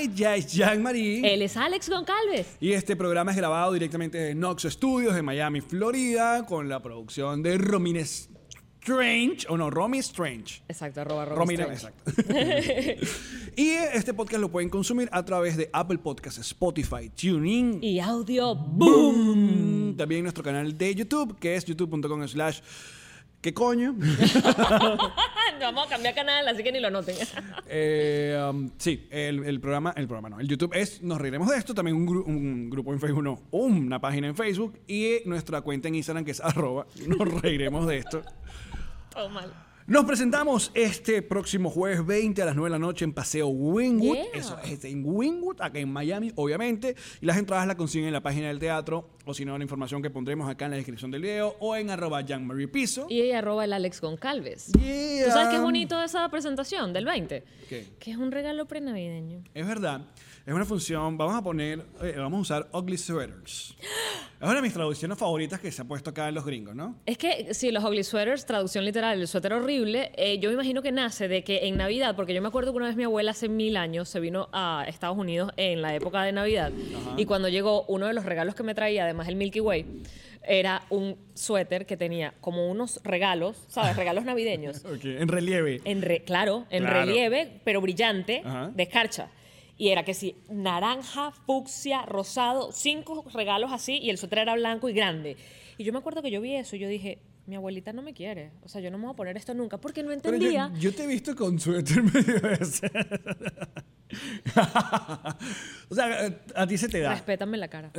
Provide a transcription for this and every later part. Ella es Jean-Marie. Él es Alex Goncalves. Y este programa es grabado directamente de Noxo Studios de Miami, Florida, con la producción de Romine Strange, o no, Romy Strange. Exacto, arroba arroba Romina, strange. exacto. y este podcast lo pueden consumir a través de Apple Podcasts, Spotify, TuneIn. Y audio boom. También nuestro canal de YouTube, que es youtube.com slash... ¿Qué coño? Ah, Vamos a cambiar canal, así que ni lo noten. Eh, um, sí, el, el programa, el programa no, el YouTube es Nos Reiremos de Esto, también un, gru- un grupo en Facebook, no, una página en Facebook y nuestra cuenta en Instagram que es arroba Nos Reiremos de Esto. Todo mal. Nos presentamos este próximo jueves 20 a las 9 de la noche en Paseo Wynwood. Yeah. Eso es en Wynwood, acá en Miami, obviamente. Y las entradas las consiguen en la página del teatro o si no, la información que pondremos acá en la descripción del video o en arroba Jean-Marie Piso. Y ella arroba el Alex Goncalves. Yeah. ¿Tú sabes qué es bonito de esa presentación del 20? ¿Qué? Que es un regalo prenavideño. Es verdad. Es una función. Vamos a poner. eh, vamos a usar ugly sweaters. Es una de mis traducciones favoritas que se ha puesto acá en los gringos, ¿no? Es que si los ugly sweaters, traducción literal, el suéter horrible, eh, yo me imagino que nace de que en Navidad, porque yo me acuerdo que una vez mi abuela hace mil años se vino a Estados Unidos en la época de Navidad y cuando llegó uno de los regalos que me traía, además el Milky Way, era un suéter que tenía como unos regalos, ¿sabes? Regalos navideños. Ok, En relieve. En re- claro, en Claro. relieve, pero brillante, Ajá. de escarcha. Y era que sí, naranja, fucsia, rosado, cinco regalos así, y el suéter era blanco y grande. Y yo me acuerdo que yo vi eso y yo dije, mi abuelita no me quiere. O sea, yo no me voy a poner esto nunca, porque no Pero yo, entendía. yo te he visto con suéter medio ese. o sea, eh, a ti se te da. Respétame la cara.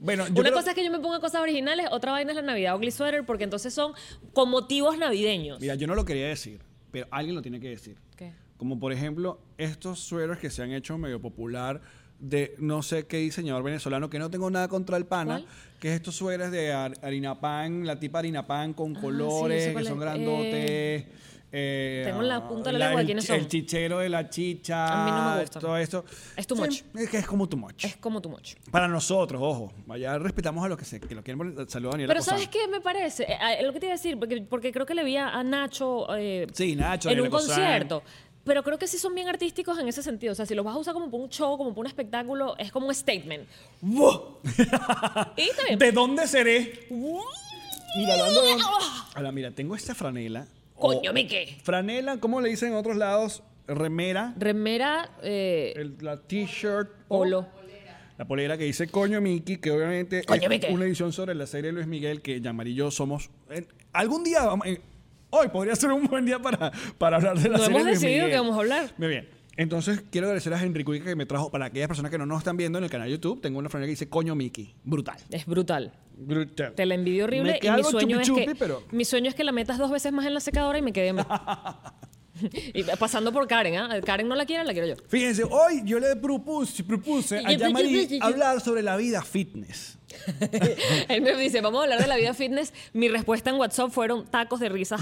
Bueno, yo Una creo- cosa es que yo me ponga cosas originales, otra vaina es la Navidad ugly sweater, porque entonces son con motivos navideños. Mira, yo no lo quería decir, pero alguien lo tiene que decir. ¿Qué? Como por ejemplo, estos suéteres que se han hecho medio popular de no sé qué diseñador venezolano, que no tengo nada contra el pana, ¿Cuál? que es estos suéteres de har- harina pan, la tipa harina pan con Ah, colores, sí, yo sé que cuál son es. grandotes. eh, Tengo en la punta de la lengua el, quiénes chi- el son. chichero de la chicha. A mí no me gustan. Todo esto. Es too Sí, much. Es que es como too much. Es como tu mocho. Para nosotros, ojo. Allá respetamos a los que, se, que lo quieren. poner- Saludos a Daniela Pero ¿sabes Posada. qué me parece? Eh, eh, lo que te iba a decir, porque, porque creo que le vi a, a Nacho, eh, Sí, Nacho, en Daniel un Ecozán. concierto. Pero creo que sí son bien artísticos en ese sentido. O sea, si los vas a usar como para un show, como para un espectáculo, es como un statement. ¡Wow! y está bien. ¿De dónde seré? Mira, hablando de- Ahora, mira, tengo esta franela. Coño, Mickey. Franela, ¿cómo le dicen en otros lados? Remera, Remera, eh, el- la t-shirt. o polo. La polera que dice Coño Mickey, que obviamente Coño, es Mickey. una edición sobre la serie Luis Miguel que Yamar y yo somos. en- algún día vamos- en- hoy podría ser un buen día para, para hablar de Oh, la No serie hemos Luis decidido Miguel. que vamos a hablar. Muy bien. Entonces, quiero agradecer a Henry Cuica que me trajo. Para aquellas personas que no nos están viendo en el canal de YouTube, tengo una franela que dice Coño Mickey. Brutal. Es brutal. Brutal. Te la envidio horrible. Me y queda mi algo sueño, chupi es que, chupi, pero- mi sueño es que la metas dos veces más en la secadora y me quede. y pasando por Karen, ¿ah? Karen no la quiere, la quiero yo. Fíjense, hoy yo le propuse, propuse a Yamari hablar sobre la vida fitness. Él me dice, vamos a hablar de la vida fitness. Mi respuesta en WhatsApp fueron tacos de risa.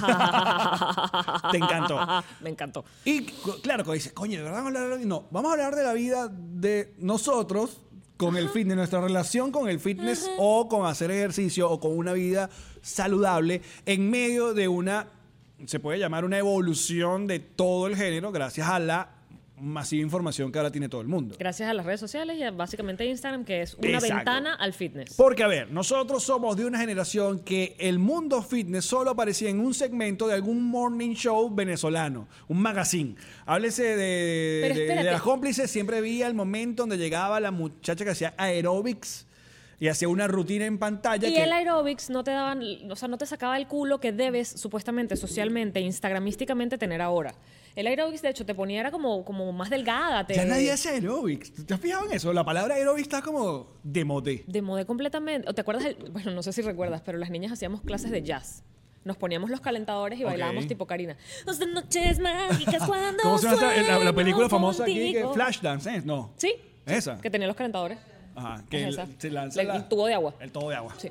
Te encantó. Me encantó. Y co- claro, cuando dice, coño, ¿de verdad vamos a hablar? de la-?" No, vamos a hablar de la vida de nosotros con el fitness, nuestra relación con el fitness o con hacer ejercicio o con una vida saludable en medio de una, se puede llamar una evolución de todo el género gracias a la masiva información que ahora tiene todo el mundo. Gracias a las redes sociales y a básicamente Instagram, que es una Exacto. ventana al fitness. Porque, a ver, nosotros somos de una generación que el mundo fitness solo aparecía en un segmento de algún morning show venezolano, un magazine. Háblese de, Pero de- de espérate. las cómplices, siempre veía el momento donde llegaba la muchacha que hacía aerobics y hacía una rutina en pantalla. Y que- el aerobics no te daban, o sea, no te sacaba el culo que debes supuestamente, socialmente, instagramísticamente tener ahora. El aerobics, de hecho, te ponía era como, como más delgada. Te, ya nadie hace aerobics. ¿Te has fijado en eso? La palabra aerobics está como de modé. Demodé completamente. ¿O ¿Te acuerdas? el- bueno, no sé si recuerdas, pero las niñas hacíamos clases de jazz. nos poníamos los calentadores y Ok. bailábamos tipo Karina. Las noches mágicas cuando ¿Cómo se llama esta- la, la sueño película famosa aquí? Que contigo. Flashdance, ¿eh? No. Sí. Esa. Que tenía los calentadores. Ajá, que el- Es esa. se lanza El- la- el tubo de agua. El tubo de agua. Sí.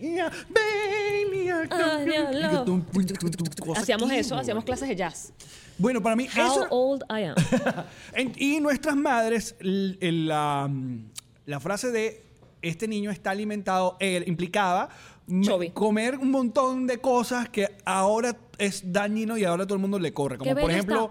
Yeah, baby, I Ah, yeah, love. don't- cosa Hacíamos aquí, eso, güey. hacíamos clases de jazz. Bueno, para mí How eso... old I am. En- y nuestras madres, l- el- la, mm, la frase de este niño está alimentado eh, implicaba m- Chovi. comer un montón de cosas que ahora es dañino y ahora todo el mundo le corre. Como Qué por bello ejemplo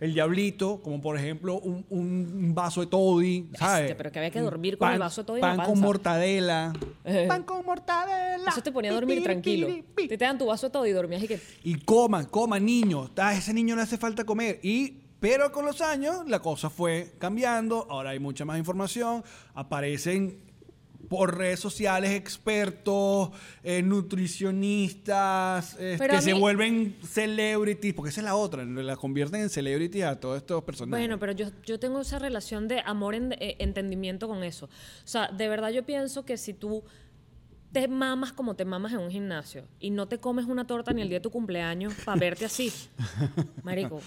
el diablito, como por ejemplo un, un vaso de toddy, ¿sabes? este, pero que había que dormir con el vaso de toddy en la Pan con panza. mortadela. Eh. Pan con mortadela. Eso te ponía a dormir Pi, tranquilo. pi, pi, pi. Te, te dan tu vaso todo y dormías y que. Y coman, coman, niños. A ese niño le hace falta comer. Y, pero con los años la cosa fue cambiando. Ahora hay mucha más información. Aparecen por redes sociales expertos, eh, nutricionistas, eh, Pero que a se mí- vuelven celebrities. Porque esa es la otra. La convierten en celebrities a todos estos personajes. Bueno, pero yo, yo tengo esa relación de amor, en, eh, entendimiento con eso. O sea, de verdad yo pienso que si tú te mamas como te mamas en un gimnasio y no te comes una torta ni el día de tu cumpleaños para verte así, marico,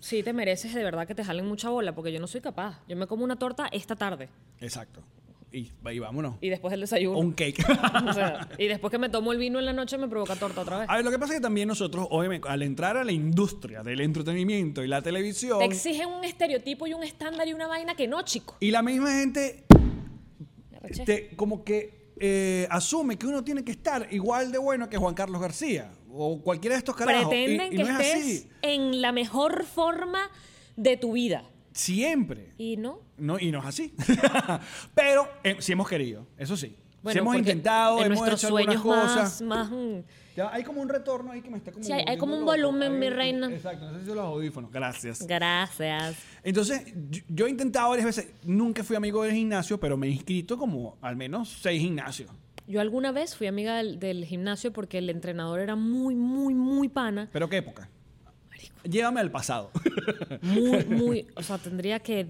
sí te mereces de verdad que te jalen mucha bola porque yo no soy capaz. Yo me como una torta esta tarde Exacto. Y, y vámonos. y después del desayuno. Un cake. O sea, y después que me tomo el vino en la noche me provoca torta otra vez. A ver, lo que pasa es que también nosotros, obviamente, al entrar a la industria del entretenimiento y la televisión, Te exigen un estereotipo y un estándar y una vaina que no, chico. y la misma gente Me arreché. te- como que eh, asume que uno tiene que estar igual de bueno que Juan Carlos García o cualquiera de estos carajos. Pretenden y, y que no es estés así. en la mejor forma de tu vida. Siempre. Y no. No, y no es así. Pero eh, sí hemos querido, eso sí. Sí Bueno, hemos porque intentado, en hemos nuestros hecho algunas sueños más- cosas. Más, mm, Ya, hay como un retorno ahí que me está como. Sí, hay- hay como un volviendo loco. volumen, Hay mi un- reina. Exacto, no sé si son los audífonos. Gracias. gracias. Entonces, yo, yo he intentado varias veces. Nunca fui amigo del gimnasio, pero me he inscrito como al menos seis gimnasios. Yo alguna vez fui amiga del, del gimnasio porque el entrenador era muy, muy, muy pana. ¿Pero qué época? Llévame al pasado. Muy, muy. O sea, tendría que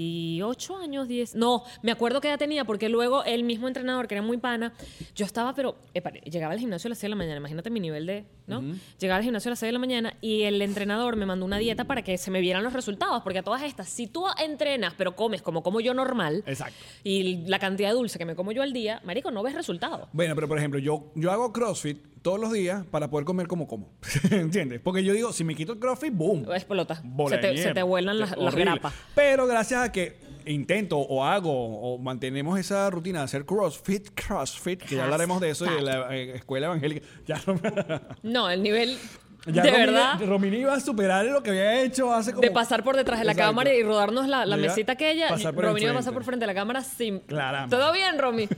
18 años, 10. No, me acuerdo que ya tenía, porque luego el mismo entrenador, que era muy pana, yo estaba, pero. epa, llegaba al gimnasio a las 6 de la mañana, imagínate mi nivel de. ¿No? Llegaba al gimnasio a las 6 de la mañana y el entrenador me mandó una dieta para que se me vieran los resultados, porque a todas estas, si tú entrenas, pero comes como como yo normal. Exacto. Y la cantidad de dulce que me como yo al día, marico, no ves resultados. Bueno, pero por ejemplo, yo, yo hago CrossFit todos los días para poder comer como como. ¿Entiendes? Porque yo digo, si me quito el CrossFit, ¡boom! Explota. Bola Se de te, se nieve. te vuelan las, las Horrible. grapas. Pero gracias a que intento o hago o mantenemos esa rutina de hacer CrossFit, CrossFit, que ya hablaremos de eso y de la eh, escuela evangélica. Ya no me- No, el nivel. ya de Romina- verdad. Romina iba a superar lo que había hecho hace como... de pasar por detrás de la Exacto. cámara y rodarnos la, la Mira, mesita aquella. pasar por Romy iba a enfrente. pasar por frente de la cámara sin. Claramente. Todo bien, Romy.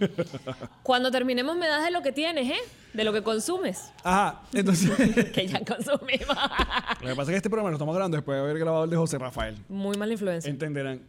Cuando terminemos, me das de lo que tienes, ¿eh? De lo que consumes. Ajá, entonces... Que ya consumimos. Lo que pasa es que este programa lo estamos grabando después de haber grabado el de José Rafael. Muy mala influencia. Entenderán.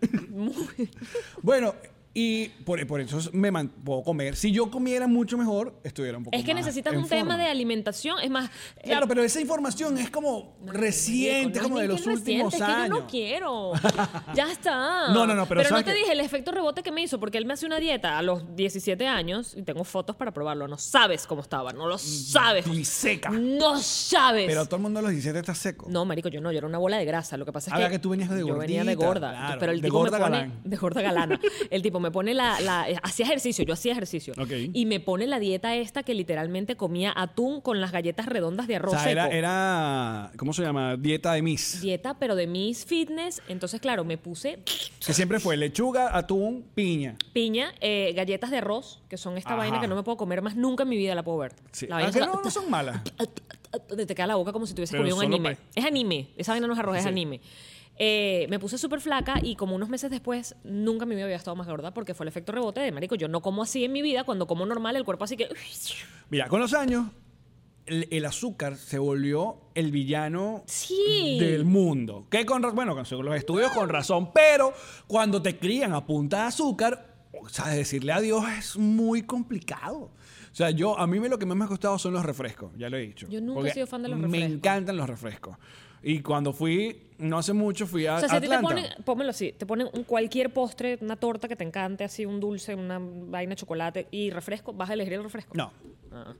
bueno, y por, por eso me man- puedo comer. Si yo comiera mucho mejor, estuviera un poco Es que más necesitas en un tema forma. de alimentación. Es más. Claro, pero esa información es como reciente, no, como es de que los no es últimos reciente, años. Es que yo no quiero. ya está. No, no, no, pero Pero no ¿sabes te qué? dije el efecto rebote que me hizo, porque él me hace una dieta a los 17 años y tengo fotos para probarlo. No sabes cómo estaba, no lo sabes. Y seca. No sabes. Mm, Pero todo el mundo a los 17 está seco. No, marico, yo no, yo era una bola de grasa. Lo que pasa es Ah, que. que tú venías de Yo venía de gordita, gorda. claro, pero el de tipo gorda me pone. galán. De gorda galana. El tipo me pone la. la- eh, hacía ejercicio, yo hacía ejercicio. Ok. Y me pone la dieta esta que literalmente comía atún con las galletas redondas de o arroz. sea, era, seco. era, ¿cómo se llama? Dieta de Miss. Dieta, pero de mis fitness. Entonces, claro, me puse Que siempre fue lechuga, atún, piña. piña, eh, galletas de arroz, que son esta Ajá. vaina que no me puedo comer más nunca en mi vida, la puedo ver. Sí. La vaina Ah, que se la- no, no son malas. te te queda la boca como si tuviese Pero comido un solo anime. pa- Es anime. Esa vaina no es arroz, es Sí. anime. Eh, me puse súper flaca y como unos meses después nunca en mi vida había estado más gorda porque fue el efecto rebote de marico. Yo no como así en mi vida. Cuando como normal, el cuerpo así que... Mira, con los años, el, el azúcar se volvió el villano Sí. del mundo. Que con, ra- bueno, con- según los estudios, con razón. Pero cuando te crían a punta de azúcar, o sea, decirle adiós es muy complicado. O sea, yo, a mí me- lo que más me ha costado son los refrescos, ya lo he dicho. Yo nunca he Porque sido fan de los Me refrescos. encantan los refrescos. Y cuando fui, no hace mucho, fui a O sea, si a ti te Atlanta. ponen, pónmelo así, te ponen un cualquier postre, una torta que te encante, así un dulce, una vaina de chocolate y refresco, vas a elegir el refresco. No,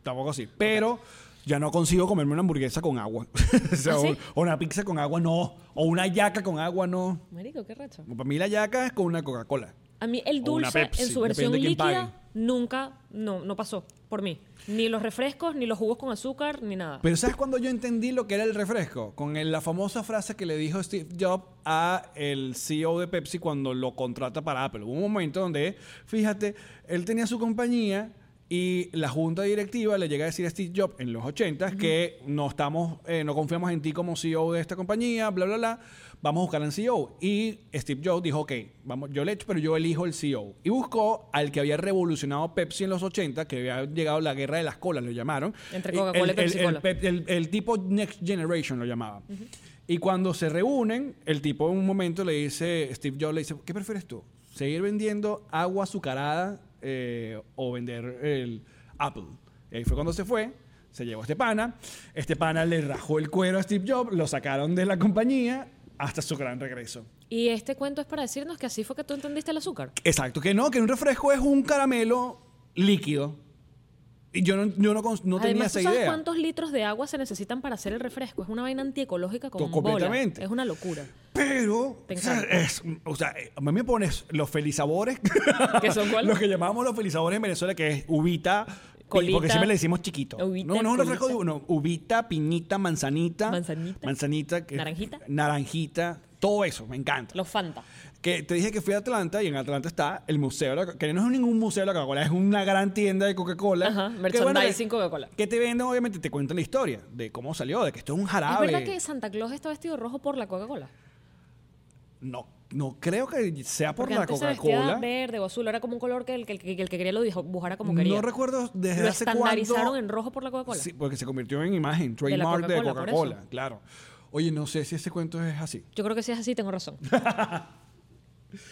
tampoco así. Pero ya no consigo comerme una hamburguesa con agua. o, sea, ¿Ah, sí? un- o una pizza con agua, no. O una yaca con agua, no. Marico, qué racho. Para mí la yaca es con una Coca-Cola. A mí el O una dulce Pepsi, en su versión depende de quién líquida pague. nunca, no, no pasó por mí. Ni los refrescos, ni los jugos con azúcar, ni nada. Pero ¿sabes cuando yo entendí lo que era el refresco? Con el- la famosa frase que le dijo Steve Jobs a el CEO de Pepsi cuando lo contrata para Apple. Hubo un momento donde, fíjate, él tenía su compañía y la junta directiva le llega a decir a Steve Jobs en los 80 que no estamos, eh, no confiamos en ti como CEO de esta compañía, bla, bla, bla. Vamos a buscar al CEO. Y Steve Jobs dijo, ok, vamos, yo le echo, pero yo elijo el CEO. Y buscó al que había revolucionado Pepsi en los 80, que había llegado la guerra de las colas, lo llamaron. Entre Y Coca-Cola y el- el- Pepsi el Cola. Pep- el, el tipo Next Generation lo llamaba. Y cuando se reúnen, el tipo en un momento le dice, Steve Jobs le dice, ¿qué prefieres tú? ¿Seguir vendiendo agua azucarada eh, o vender el Apple? Y ahí fue cuando se fue, se llevó a este pana, este pana le rajó el cuero a Steve Jobs, lo sacaron de la compañía hasta su gran regreso. Y este cuento es para decirnos que así fue que tú entendiste el azúcar. Exacto, que no, que un refresco es un caramelo líquido. Y yo no, yo no, cons- no tenía Además, esa ¿tú sabes idea. cuántos litros de agua se necesitan para hacer el refresco? Es una vaina antiecológica con To- completamente. bola. Es una locura. Pero, Te o sea, encanta. es- o sea, eh, a mí me pones los felizabores. ¿Que son cuáles? Los que llamamos los felizabores en Venezuela, que es uvita. pi- Colita. Porque siempre le decimos chiquito. Uvita, no, no, un refresco de colita. no, uvita, piñita, manzanita. Manzanita. Manzanita. que- Naranjita. Naranjita. Todo eso, me encanta. Los Fanta. Que te dije que fui a Atlanta y en Atlanta está el museo, de la Coca- que no es ningún museo de la Coca-Cola, es una gran tienda de Coca-Cola. Ajá, Que, merchandising bueno, que- Coca-Cola. Que te venden, obviamente, te cuentan la historia de cómo salió, de que esto es un ¿Es jarabe. verdad que Santa Claus está vestido de rojo por la Coca-Cola? No, no creo que sea por Porque la antes se vestía Coca-Cola. verde o azul. Era como un color que el que, el que- el que quería lo dijo- dibujara como quería. No recuerdo desde Lo hace cuánto. estandarizaron en rojo por la Coca-Cola. Sí, porque se convirtió en imagen, trademark de Coca-Cola, por Coca-Cola, eso. claro. Oye, no sé si ese cuento es así. Yo creo que si es así, tengo razón.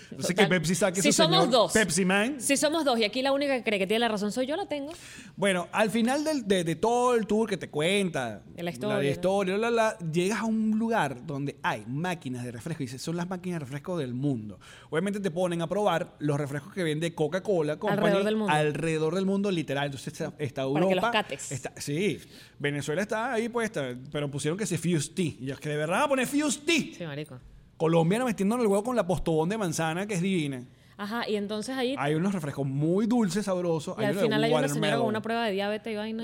No sé que Total. Pepsi saque si su somos señor dos. Pepsi Man. Si somos dos y aquí la única que cree que tiene la razón soy yo, la tengo. Bueno, al final del- de, de todo el tour que te cuenta, De la historia, de ¿no? historia, la, la, llegas a un lugar donde hay máquinas de refresco y dices, son las máquinas de refresco del mundo. Obviamente te ponen a probar los refrescos que vende Coca-Cola Company Alrededor del mundo. alrededor del mundo, literal. Entonces está, está Para Europa. que los cates. está- sí, Venezuela está ahí puesta, pero pusieron que se Fuse Tea. Y yo, es que de verdad van a poner Fuse Tea. Sí, marico. Colombia metiendo en el huevo con la postobón de manzana, que es divina. Ajá, y entonces ahí... Hay unos refrescos muy dulces, sabrosos. y al uno de final hay una señora con watermelon. una prueba de diabetes y vaina.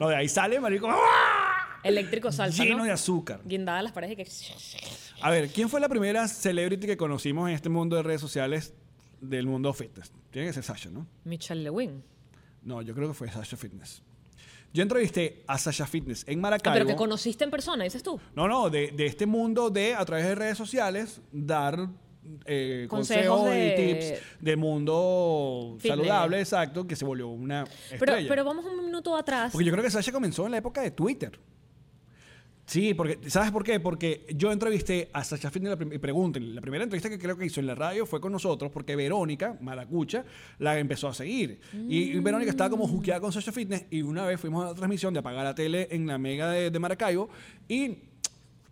no, de ahí sale, marico. ¡ah! Eléctrico salsa, Lleno ¿no? de azúcar. Guindada a las paredes y que... A ver, ¿quién fue la primera celebrity que conocimos en este mundo de redes sociales del mundo fitness? Tiene que ser Sasha, ¿no? Michelle Lewin. No, yo creo que fue Sasha Fitness. Yo entrevisté a Sasha Fitness en Ah, Maracaibo. pero que conociste en persona, dices tú. No, no, de, de este mundo de a través de redes sociales dar eh, consejos, Consejos y de- tips de mundo Fitness. saludable, exacto, que se volvió una estrella. Pero, pero vamos un minuto atrás. Porque yo creo que Sasha comenzó en la época de Twitter. Sí, porque ¿sabes por qué? Porque yo entrevisté a Sasha Fitness la prim- y pregunten, la primera entrevista que creo que hizo en la radio fue con nosotros porque Verónica Maracucha la empezó a seguir. Y Verónica estaba como juqueada con Sasha Fitness y una vez fuimos a la transmisión de apagar la tele en la mega de, de Maracaibo y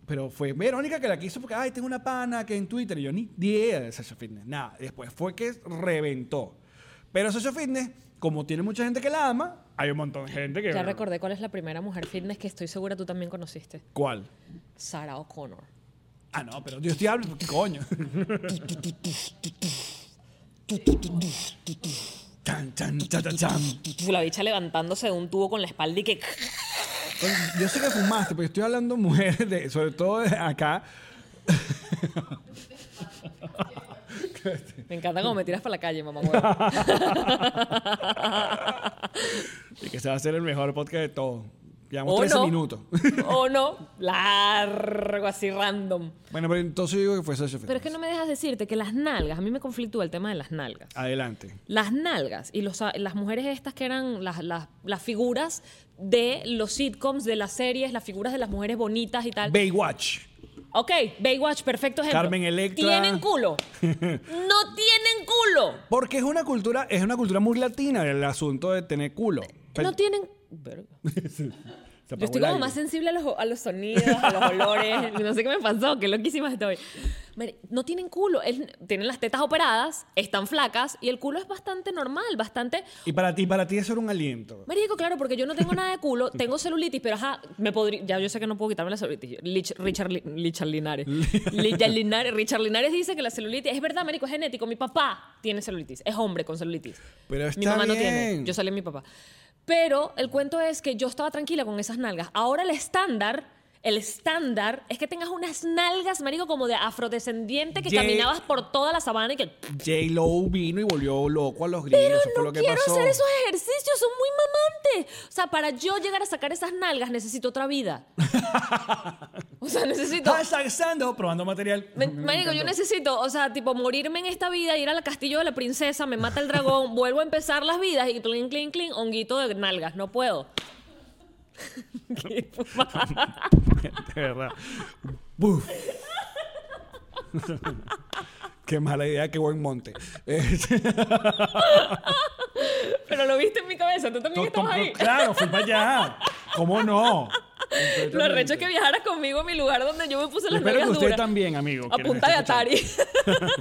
pero fue Verónica que la quiso porque, ay, tengo una pana que en Twitter. Y yo ni idea de Sasha Fitness. Nada. Después fue que reventó. Pero Sasha Fitness, como tiene mucha gente que la ama, hay un montón de gente que. Ya recordé cuál es la primera mujer fitness que estoy segura tú también conociste. ¿Cuál? Sarah O'Connor. Ah, no, pero yo estoy hablando. ¿Qué coño? Chan, chan, cha, cha, chan. La bicha levantándose de un tubo con la espalda y que... Yo sé que fumaste, pero estoy hablando mujeres, de, sobre todo de acá. Me encanta cuando me tiras para la calle, mamá. Y que se va a hacer el mejor podcast de todo. Llevamos O 13 no. minutos. o no. Largo, así random. Bueno, pero entonces yo digo que fue Sasha Fitness. Pero es que no me dejas decirte que las nalgas, a mí me conflictúa el tema de las nalgas. Adelante. Las nalgas y los, las mujeres estas que eran las, las, las figuras de los sitcoms, de las series, las figuras de las mujeres bonitas y tal. Baywatch. Ok, Baywatch, perfecto ejemplo. Carmen Electra. Tienen culo. no tienen culo. Porque es una cultura, es una cultura muy latina el asunto de tener culo. Pero- No tienen. Verga. Se apagó Yo estoy el como aire. más sensible a los, a los sonidos, a los olores. No sé qué me pasó, qué loquísima estoy. Mari, No tienen culo, es- tienen las tetas operadas, están flacas y el culo es bastante normal, bastante... Y para ti, para ti eso era un aliento. Marico, claro, porque yo no tengo nada de culo, tengo celulitis, pero ajá, me podría... Ya yo sé que no puedo quitarme la celulitis. Lich- Richard, Li- Lichard Linares. Lichard Linares. Richard Linares dice que la celulitis... Es verdad, marico, es genético. Mi papá tiene celulitis, es hombre con celulitis. Pero mi está mamá no tiene, bien. yo salí de mi papá. Pero el cuento es que yo estaba tranquila con esas nalgas. Ahora el estándar, el estándar es que tengas unas nalgas, marico, como de afrodescendiente que Ye- caminabas por toda la sabana y que... J-Lo vino y volvió loco a los gringos. eso fue No lo que quiero pasó. hacer esos ejercicios, son muy mamantes. O sea, para yo llegar a sacar esas nalgas necesito otra vida. o sea, necesito... Hashtag Sando, probando material. Me- Marico, yo necesito, o sea, tipo, morirme en esta vida, ir al castillo de la princesa, me mata el dragón, vuelvo a empezar las vidas y clink, clink, clink, honguito de nalgas, no puedo. De verdad. Buf. Qué mala idea, qué buen monte. Eh, Pero lo viste en mi cabeza, tú también to- to- estabas ahí. claro, fui para allá. ¿Cómo no? Lo arrecho es que viajaras conmigo a mi lugar donde yo me puse las Espero nalgas que usted duras. también, amigo. A que nos punta de está escuchando. Atari.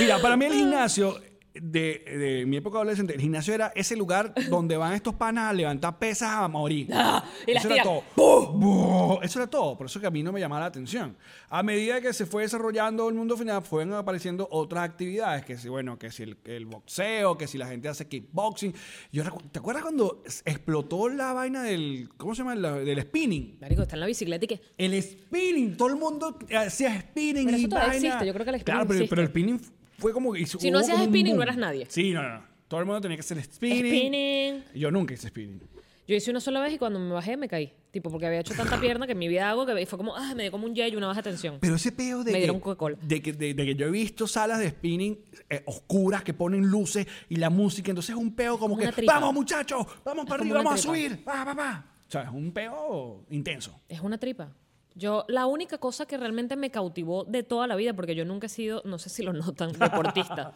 Mira, para mí el gimnasio de, de mi época adolescente, el gimnasio era ese lugar donde van estos panas a levantar pesas a morir. y las Ah, eso era tiran. todo. ¡Buh! Eso era todo. Por eso que a mí no me llamaba la atención. A medida que se fue desarrollando el mundo final, fueron apareciendo otras actividades. Que si, bueno, que si el, el boxeo, que si la gente hace kickboxing. Yo recu- ¿Te acuerdas cuando s- explotó la vaina del. ¿Cómo se llama? La- del spinning. Marico, está en la bicicleta y que... El spinning, todo el mundo hacía spinning Pero y eso todavía vaina. existe, yo creo que el spinning Claro, pero, existe. pero el spinning fue como que hizo- Si no hubo hacías como un spinning, no boom. eras nadie. Sí, no, no, no. Todo el mundo tenía que hacer spinning. Spinning. Yo nunca hice spinning. Yo hice una sola vez y cuando me bajé me caí. Tipo, porque había hecho tanta pierna que en mi vida hago que fue como, ah, me dio como un yello, una baja tensión. Pero ese peo de Me que, dieron Coca-Cola. de, que, de, de que yo he visto salas de spinning eh, oscuras que ponen luces y la música, entonces es un peo como Como que una tripa. vamos muchachos, vamos para como arriba, una vamos a tripa. subir, va, va, va. O sea, es un peo intenso. Es una tripa. Yo, la única cosa que realmente me cautivó de toda la vida, porque yo nunca he sido, no sé si lo notan, deportista.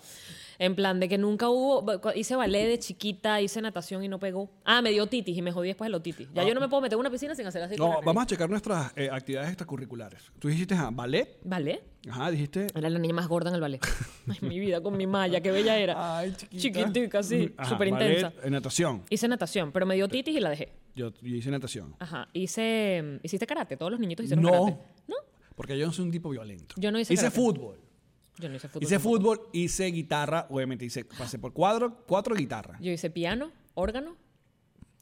en plan, de que nunca hubo, cu- hice ballet de chiquita, hice natación y no pegó. Ah, me dio titis y me jodí después de los titis. Ya yo no me puedo meter en una piscina sin hacer así. con la No, nariz. vamos a checar nuestras eh, actividades extracurriculares. Tú dijiste ajá, ballet, ¿Ballet? ajá, dijiste Era la niña más gorda en el ballet. Ay, mi vida, con mi malla, qué bella era. Ay, chiquita. Chiquitica, sí, Ajá, súper intensa. ballet, eh, natación. Hice natación, pero me dio titis y la dejé. Yo, yo hice natación. Ajá. Hice, mm, ¿hiciste karate? Todos los niñitos hicieron No. karate. ¿No? Porque yo no soy un tipo violento. Yo no hice karate. fútbol. Yo no hice fútbol. Hice tampoco. fútbol, hice guitarra, obviamente hice, pasé por cuadro, cuatro guitarras. Yo hice piano, órgano.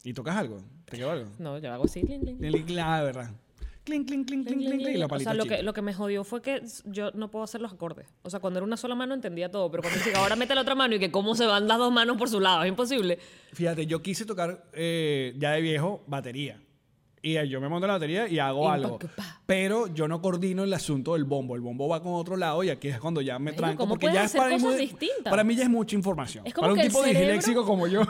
¿Y tocas algo? ¿Te quedó algo? No, yo hago así. clink, clink, clink, El la ah, verdad. Clink, clink, clink, clink, clink, clink, clink, y la clink. O palita sea, lo chica. que, lo que me jodió fue que s- yo no puedo hacer los acordes. O sea, cuando era una sola mano entendía todo, pero cuando decía, ahora mete la otra mano y que cómo se van las dos manos por su lado, es imposible. Fíjate, yo quise tocar eh, ya de viejo batería. Y eh, yo me monto en la batería y hago Y pa, algo. que pa. Pero yo no coordino el asunto del bombo. El bombo va con otro lado y aquí es cuando ya me Marico, tranco. ¿cómo Porque puedes ya hacer es para, cosas mí, muy- distintas? para mí ya es mucha información. Es como para un que el tipo cerebro- disléxico como yo.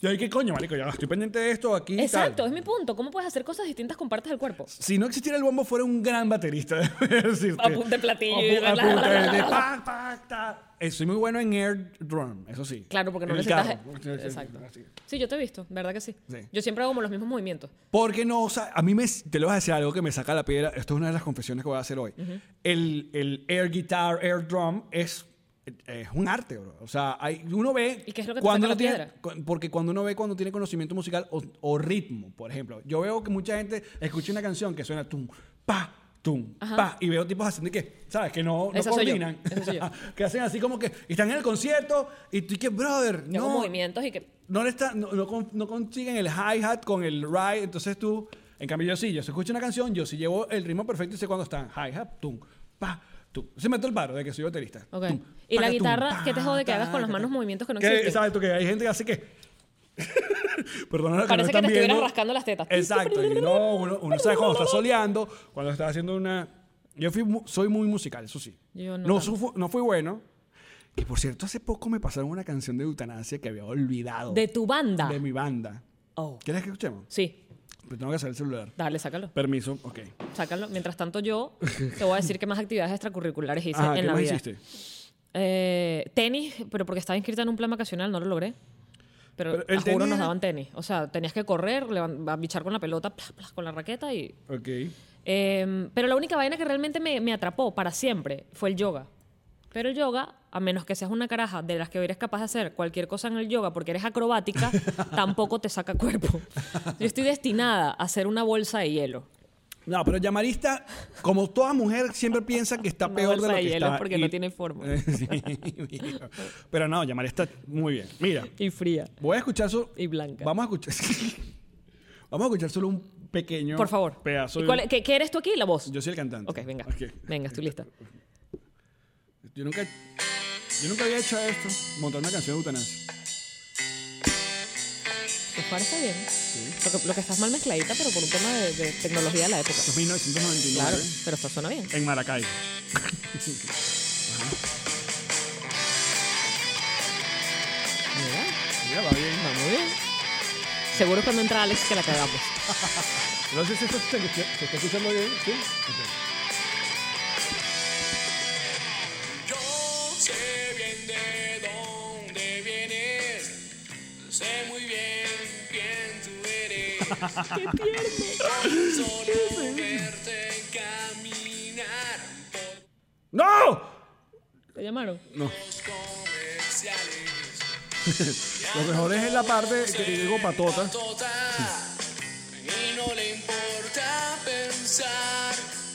yo hay que coño, marico, ya estoy pendiente de esto aquí. y tal". Exacto, es mi punto. ¿Cómo puedes hacer cosas distintas con partes del cuerpo? Si no existiera el bombo, fuera un gran baterista. déjame decirte. A punta de platillo y A pu- bla, a bla, punta bla, de- bla, de bla. pa, pa, ta. Eh, Soy muy bueno en air drum, eso sí. Claro, porque no En el necesitas. carro. Exacto. Así. Sí, yo te he visto, ¿verdad que sí? Sí. Yo siempre hago como los mismos movimientos. Porque no, o sea, a mí me, te lo vas a decir algo que me saca la piedra. Esto es una de las confesiones que voy a hacer hoy. el, el air guitar, air drum es, es un arte, bro. O sea, hay, uno ve. ¿Y qué es lo que te cuando saca uno la tiene- cu- Porque cuando uno ve cuando tiene conocimiento musical o, o ritmo, por ejemplo. Yo veo que mucha gente escucha una canción que suena tum, pa, tum, Ajá. pa. Y veo tipos haciendo que, ¿sabes? Que no, no Esa soy yo, coordinan. esa soy yo. que hacen así como que están en el concierto y tú y que, brother, Yo hago no. movimientos y que. No, le está- no, no con- no consiguen el hi-hat con el ride, entonces tú, en cambio yo sí, yo si escucho una canción, yo sí llevo el ritmo perfecto y sé cuándo están hi-hat, tum, pa, tum. Se meto el paro de que soy baterista. Ok. Tum, ¿Y la paca, tum, guitarra, pa, qué te jode que hagas con ta, las ta, manos ta? movimientos que no Que, existen? Exacto, que hay gente que hace que... Perdona lo que no Parece que están te estuvieras viendo. rascando las tetas. Exacto. y no, uno, uno sabe cuando está soleando, cuando está haciendo una... Yo fui mu- soy muy musical, eso sí. Yo no no, tanto. su- no fui bueno. Y por cierto, hace poco me pasaron una canción de eutanasia que había olvidado De tu banda. de mi banda. Oh. ¿Quieres que escuchemos? Sí, Pero tengo que hacer el celular. dale, sácalo. Permiso, ok. Sácalo. Mientras tanto, yo te voy a decir qué más actividades extracurriculares hice Ajá, en ¿qué la más vida. hiciste? Eh, tenis, pero porque estaba inscrita en un plan vacacional, no lo logré. Pero pero, Pero el a juro tenis nos era- daban tenis. O sea, tenías que correr, levan- a bichar con la pelota, plas, plas, con la raqueta y... Ok. Em, pero la única vaina que realmente me, me atrapó para siempre fue el yoga. Pero el yoga, a menos que seas una caraja de las que eres capaz de hacer cualquier cosa en el yoga porque eres acrobática, tampoco te saca cuerpo. Yo estoy destinada a hacer una bolsa de hielo. No, pero llamarista, como toda mujer, siempre piensa que está Una peor de bolsa lo de que hielo está. porque no tiene forma. Sí, mijo. pero no, llamarista, muy bien. Mira, Y fría. voy a escuchar su... Y blanca. Vamos a escuchar... Vamos a escuchar solo un pequeño Por favor. pedazo. ¿Y de- cuál es- qué, qué eres tú aquí? La voz. Yo soy el cantante. Ok, venga. Ok. Venga, estoy lista. Yo nunca, yo nunca había hecho esto, montar una canción de eutanasia. Pues parece bien. Lo, que, lo que estás mal mezcladita, pero por un tema de, de tecnología de la época. Esto es 1999 Claro, pero esto suena bien. en Maracay. Mira, Mira, va bien. va muy bien. Seguro cuando entra Alex que la cagamos. No sé si esto se, se está escuchando bien. ¿Sí? Yo sé bien de dónde vienes, sé muy bien quién tú eres. Solo verte caminar por ¡No! ¿Te llamaron? los comerciales. Lo mejor es la parte que digo patota. Tota, y no le importa pensar,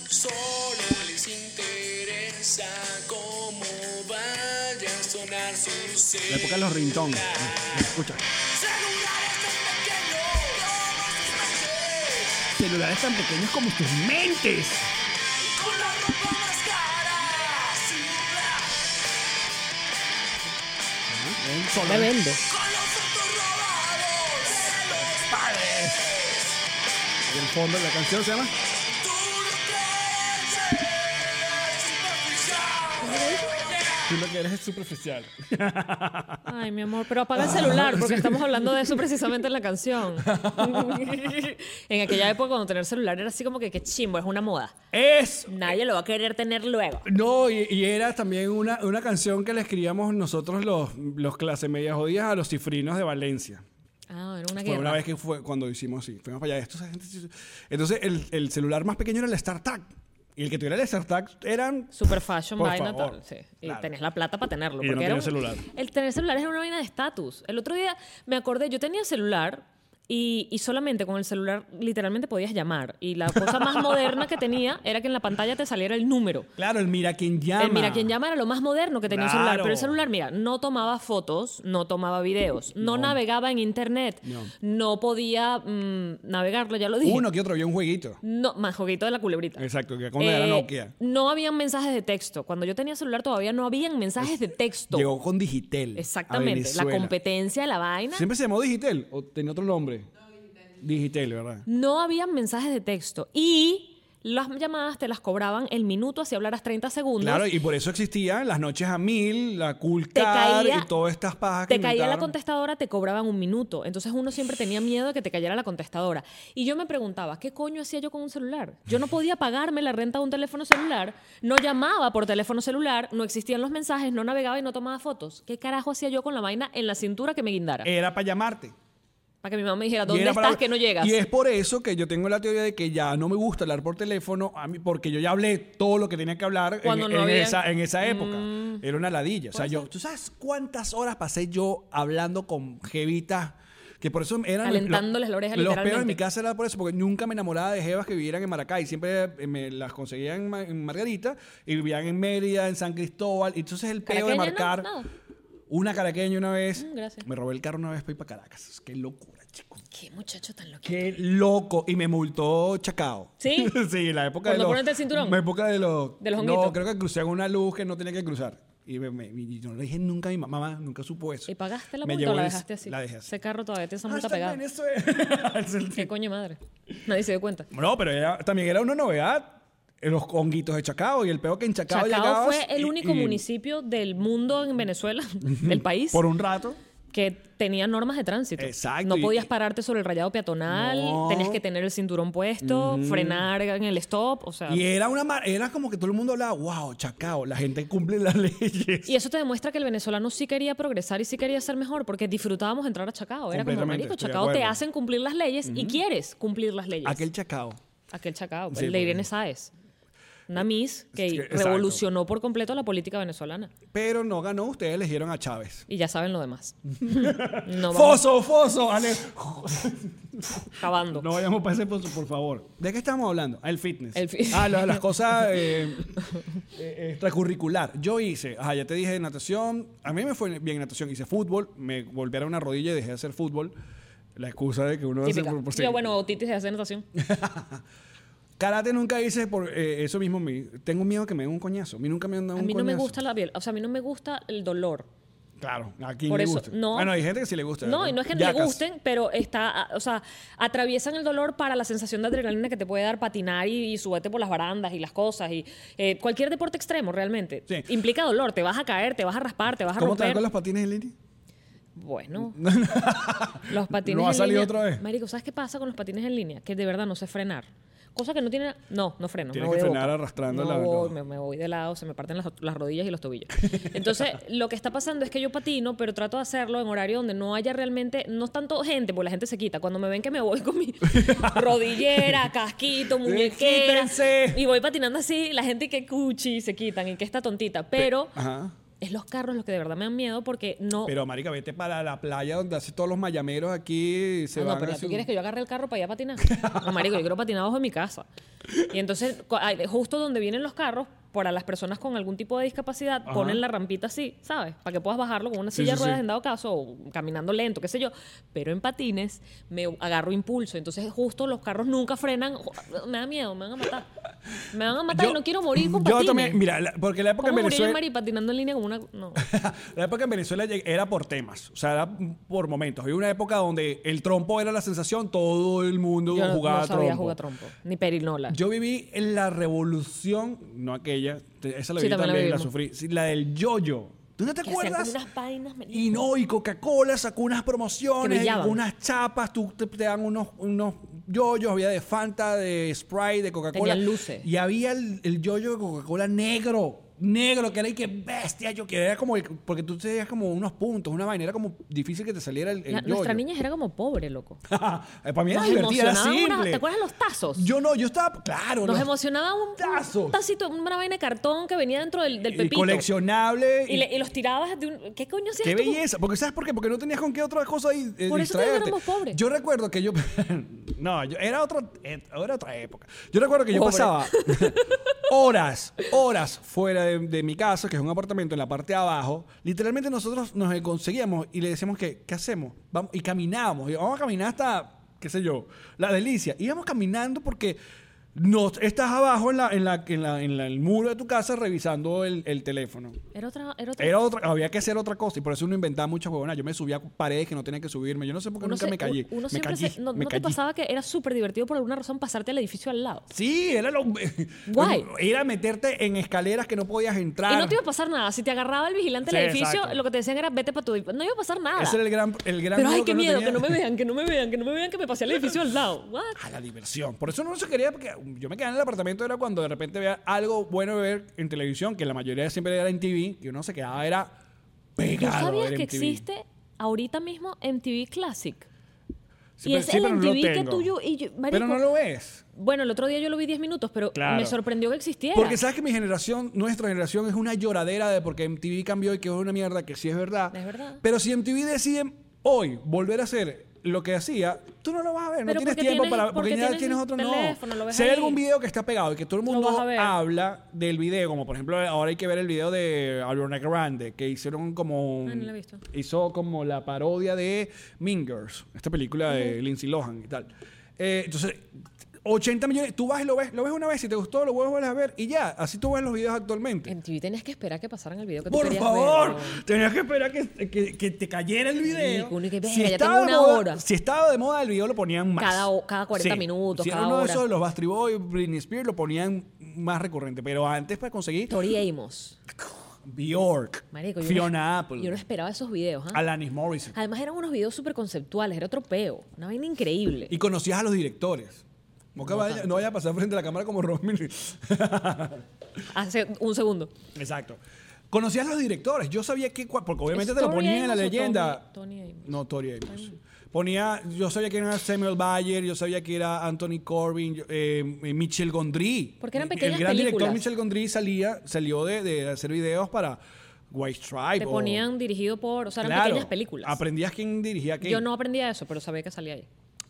solo les interesa cómo vaya a sonar su La ser. época de los rintones. Escucha. Celulares tan pequeños, Celulares tan pequeños como tus mentes. con la ropa más cara, Me vende. con los fotos robados de los padres. Y el fondo de la canción se llama. Tú no crees, superficial. Tú lo que eres es superficial. Ay, mi amor, pero apaga el celular porque estamos hablando de eso precisamente en la canción. en aquella época cuando tener celular era así como que qué chimbo, es una moda. Es Nadie lo va a querer tener luego. No, y, y era también una, una canción que le escribíamos nosotros los, los clase media jodidas a los cifrinos de Valencia. Ah, era una Fue una guerra. vez que fue cuando hicimos así. Fuimos para allá. Esto, entonces, el, el celular más pequeño era el StarTag. Y el que tuviera el StarTag eran... Super fashion, Por vaina, favor. tal. Sí. Y Claro. tenés la plata para tenerlo. Y yo no porque era tenía un- celular. El tener celular es una vaina de estatus. El otro día me acordé, yo tenía celular y, y solamente con el celular literalmente podías llamar. Y la cosa más moderna que tenía era que en la pantalla te saliera el número. Claro, el mira quien llama. El mira quien llama era lo más moderno que tenía Claro. el celular. Pero el celular, mira, no tomaba fotos, no tomaba videos, no, navegaba en internet, No. no, podía mm, navegarlo, ya lo dije. Uno que otro vio un jueguito. No, más jueguito de la culebrita. Exacto, que con la era Eh, Nokia. No habían mensajes de texto. Cuando yo tenía celular todavía no habían mensajes de texto. Llegó con Digitel. a Exactamente. La Venezuela. competencia, la vaina. ¿Siempre se llamó Digitel? ¿O tenía otro nombre? Digitel, ¿verdad? No habían mensajes de texto. Y las llamadas te las cobraban el minuto, así hablaras 30 segundos. Claro, y por eso existían las noches a mil, la te culcar caía, y todas estas pajas que te caía la inventaron. contestadora, te cobraban un minuto. Entonces uno siempre tenía miedo de que te cayera la contestadora. Y yo me preguntaba, ¿qué coño hacía yo con un celular? Yo no podía pagarme la renta de un teléfono celular, no llamaba por teléfono celular, no existían los mensajes, no navegaba y no tomaba fotos. ¿Qué carajo hacía yo con la vaina en la cintura que me guindara? Era para llamarte. para que mi mamá me dijera, Eh, Y ¿dónde era estás para- que no llegas? Y es por eso que yo tengo la teoría de que ya no me gusta hablar por teléfono, a mí, porque yo ya hablé todo lo que tenía que hablar en, e, Cuando no en había- Mm. Pues esa, en esa época. Era una ladilla. O sea, yo, ¿tú sabes cuántas horas pasé yo hablando con jevitas? Que por eso eran... Calentándoles la oreja, Los peores de literalmente. mi casa era por eso, porque nunca me enamoraba de jevas que vivieran en Maracay. Siempre eh, me las conseguía en, Ma- en Margarita y vivían en Mérida, en San Cristóbal. Y entonces el peo de Caraqueña, no, marcar... nada. Una caraqueña una vez. Mm, gracias. Me robé el carro una vez para ir para Caracas. Qué locura, chicos. Qué muchacho tan loco. Qué loco. Y me multó Chacao. ¿Sí? sí, la época ¿Por de no los. ponerte el cinturón? La época de los. De los no, honguitos. creo que crucé con una luz que no tenía que cruzar. Y me, me- y yo no le dije nunca a mi mamá, mamá nunca supo eso. ¿Y pagaste la Me multa llevó o la el- dejaste así? La dejé así. Ah, Ese carro todavía tiene esa multa Hasta en pegada. Venezuela. Es el ¿Qué tipo. coño madre? Nadie se dio cuenta. no, pero era- también era una novedad. eh, Los honguitos de Chacao y el peor que en Chacao, Chacao llegabas fue el y- único y- municipio del mundo en Venezuela, del país, Por un rato. que tenía normas de tránsito. Exacto, No y- podías pararte sobre el rayado peatonal, No. tenías que tener el cinturón puesto, frenar en el stop, o sea... Y era una mar- era como que todo el mundo hablaba, wow, chacao, la gente cumple las leyes. Y eso te demuestra que el venezolano sí quería progresar y sí quería ser mejor, porque disfrutábamos entrar a Chacao. Era como, Completamente, marico, estoy de Chacao te acuerdo. hacen cumplir las leyes y quieres cumplir las leyes. Aquel chacao. Aquel Chacao, pues, Sí, el de porque- Eh, Irene Sáez. Una Miss que Es que- exacto. revolucionó por completo la política venezolana. Pero no ganó, ustedes eligieron a Chávez. Y ya saben lo demás. no vamos Foso, foso, Ale. acabando. No vayamos para ese foso, por favor. ¿De qué estamos hablando? El fitness. El fi- ah, lo- las cosas eh, eh, extracurricular. Yo hice, ajá, ya te dije natación. A mí me fue bien en natación. Hice fútbol, me golpearon una rodilla y dejé de hacer fútbol. La excusa de que uno hace Típica. por- por- Yo, bueno, otitis de hacer natación. Karate nunca hice por eh, eso mismo. mi- tengo miedo que me den un coñazo. A mí nunca me han dado A un mí no coñazo. me gusta la piel. O sea, a mí no me gusta el dolor. Claro, a quien Por le eso, gusta. no. Bueno, hay gente que sí le gusta. No, y no es que no le Yacas. gusten, pero está, ah, o sea, atraviesan el dolor para la sensación de adrenalina que te puede dar patinar y, y subirte por las barandas y las cosas y eh, cualquier deporte extremo realmente Sí. implica dolor. Te vas a caer, te vas a raspar, te vas a ¿Cómo te va romper. con los patines, Lili? Bueno, los patines. No ha en salido línea- otra vez. Marico, ¿sabes qué pasa con los patines en línea? Que de verdad no sé frenar. Cosa que no tiene. No, no freno. Tienes me voy que de frenar boca. arrastrando No la- voy, no. me, me voy de lado, se me parten las, las rodillas y los tobillos. Entonces, lo que está pasando es que yo patino, pero trato de hacerlo en horario donde no haya realmente. No es tanto gente, porque la gente se quita. Cuando me ven que me voy con mi rodillera, casquito, muñequera. ¡Quítense! Y voy patinando así, la gente que cuchi se quitan y que está tontita. Pero. Ajá. Es los carros los que de verdad me dan miedo porque no. Pero, marica, vete para la playa donde hace todos los mayameros aquí. y Se Ah, van no, pero a tú su- quieres que yo agarre el carro para ir a patinar. No, marico, yo quiero patinar bajo de mi casa. Y entonces, cu- ay, justo donde vienen los carros, para las personas con algún tipo de discapacidad, ponen la rampita así, ¿sabes? Para que puedas bajarlo con una Sí, silla sí, de ruedas sí. en dado caso, o caminando lento, qué sé yo. Pero en patines me agarro impulso. Entonces, justo los carros nunca frenan. Jo- Me da miedo, me van a matar. Me van a matar y no quiero morir con Yo patines. también, mira, la- porque la época ¿Cómo en morir en Venezuela. Mari patinando en línea como una...? No. la época en Venezuela lleg- era por temas, o sea, era por momentos. Había una época donde el trompo era la sensación, todo el mundo Yo no, jugaba no sabía trompo. jugar trompo. Ni perinola. Yo viví en la revolución, no aquella, te- esa la Sí, viví también la también, la, vivimos. sufrí, sí, la del yoyo. ¿Tú no te Que hacían acuerdas? como unas vainas, marico. y no, y Coca-Cola sacó unas Que promociones, brillaban. unas chapas, tú te, te dan unos, unos yoyos, había de Fanta, de Sprite, de Coca-Cola. Tenían luces. Y había el, el yoyo de Coca-Cola negro, negro, que era y que bestia, yo que era como, el- porque tú te veías como unos puntos, una vaina, era como difícil que te saliera el, el La- yoyo. nuestra niña era como pobre, loco. Para mí era Nos divertida, era emocionaban unas- simple. ¿Te acuerdas los tazos? Yo no, yo estaba, claro. Nos no- emocionaba un, un Tazos. tacito, una vaina de cartón que venía dentro del, del Y pepito. coleccionable. Y, le- y los tirabas de un... ¿Qué coño hacías Qué tú? belleza, porque ¿sabes por qué? Porque no tenías con qué otra cosa ahí, eh, Por eso te digo distraerte. que éramos pobres. Yo recuerdo que yo no, yo- era otra eh, era otra época. Yo recuerdo que yo Pobre. pasaba horas, horas fuera de, de mi casa, que es un apartamento en la parte de abajo. Literalmente nosotros nos eh, conseguíamos y le decíamos que ¿qué hacemos? Vamos y caminábamos, y vamos a caminar hasta qué sé yo, la delicia. Íbamos caminando porque nos, estás abajo en, la, en, la, en, la- en la- el muro de tu casa revisando el- el teléfono. Era otra... Era otra Era otra, había que hacer otra cosa y por eso uno inventaba muchas huevonas. Yo me subía a paredes que no tenía que subirme. Yo no sé por qué uno nunca se- me callé. Uno me siempre callé, se- ¿No, me no te callé. pasaba que era súper divertido por alguna razón pasarte al edificio al lado? Sí, era lo. Guay. Era meterte en escaleras que no podías entrar. Y no te iba a pasar nada. Si te agarraba el vigilante Sí, del edificio, exacto. lo que te decían era vete para tu... edificio". No iba a pasar nada. Ese era el gran, el gran Pero ay, miedo qué uno miedo, tenía. que no me vean, que no me vean, que no me vean que me pasé al edificio al lado. What? A la diversión. Por eso no se quería, porque yo me quedaba en el apartamento, era cuando de repente veía algo bueno de ver en televisión, que la mayoría siempre era en TV, que uno se quedaba, era ¿Tú pegado. a sabías ver que MTV. existe ahorita mismo MTV Classic? Sí, y pero- es sí, el pero no lo MTV que tengo. tuyo y yo, marico, Pero no lo ves. Bueno, el otro día yo lo vi 10 minutos, pero Claro. me sorprendió que existiera. Porque sabes que mi generación, nuestra generación, es una lloradera de porque MTV cambió y que es una mierda, que sí es verdad. Es verdad. Pero si MTV decide hoy volver a hacer lo que hacía, tú no lo vas a ver, Pero no tienes porque tiempo tienes- para. Porque, porque ya tienes tienes el otro teléfono, no. lo ves Si hay ahí. algún video que está pegado y que todo el Lo mundo vas a ver. habla del video, como por ejemplo, ahora hay que ver el video de Ariana Grande, que hicieron como. Ah, no lo he visto. Hizo como la parodia de Mingers, esta película de Lindsay Lohan y tal. Eh, entonces, 80 millones, tú vas y lo ves, lo ves una vez, si te gustó, lo vuelves a ver y ya, así tú ves los videos actualmente. MTV tenías que esperar que pasaran el video que tú Por querías favor, ver, ¿no? tenías que esperar que, que- que te cayera el video. Sí, uno que, "Venga, ya estaba tengo de una moda- hora". si estaba de moda el video lo ponían más. Cada o- cada 40 minutos, Si era cada uno de hora. esos de los Bastry Boys, Britney Spears lo ponían más recurrente, pero antes para conseguir Tori Amos. Bjork, Marico, yo Fiona no, Apple, Yo no esperaba esos videos. ¿ah? Alanis Morrison. Además eran unos videos súper conceptuales, era otro peo. Una vaina increíble. Y conocías a los directores. Moca vaya- no vaya a pasar frente a la cámara como Romney. Hace un segundo. Exacto. Conocías a los directores. Yo sabía que. cua- Porque obviamente te lo Tori ponían en la Amos o leyenda. Tony- Tony Amos? No, Tori Amos. Ponía. Yo sabía que era Samuel Bayer, yo sabía que era Anthony Corbin, yo- eh, eh, Michel Gondry. Porque eran El- pequeñas El gran director películas. Michel Gondry salía, salió de, de hacer videos para White Stripe. Te o- ponían dirigido por, o sea, eran oh. Claro, pequeñas películas. Aprendías quién dirigía qué. Yo no aprendía eso, pero sabía que salía ahí.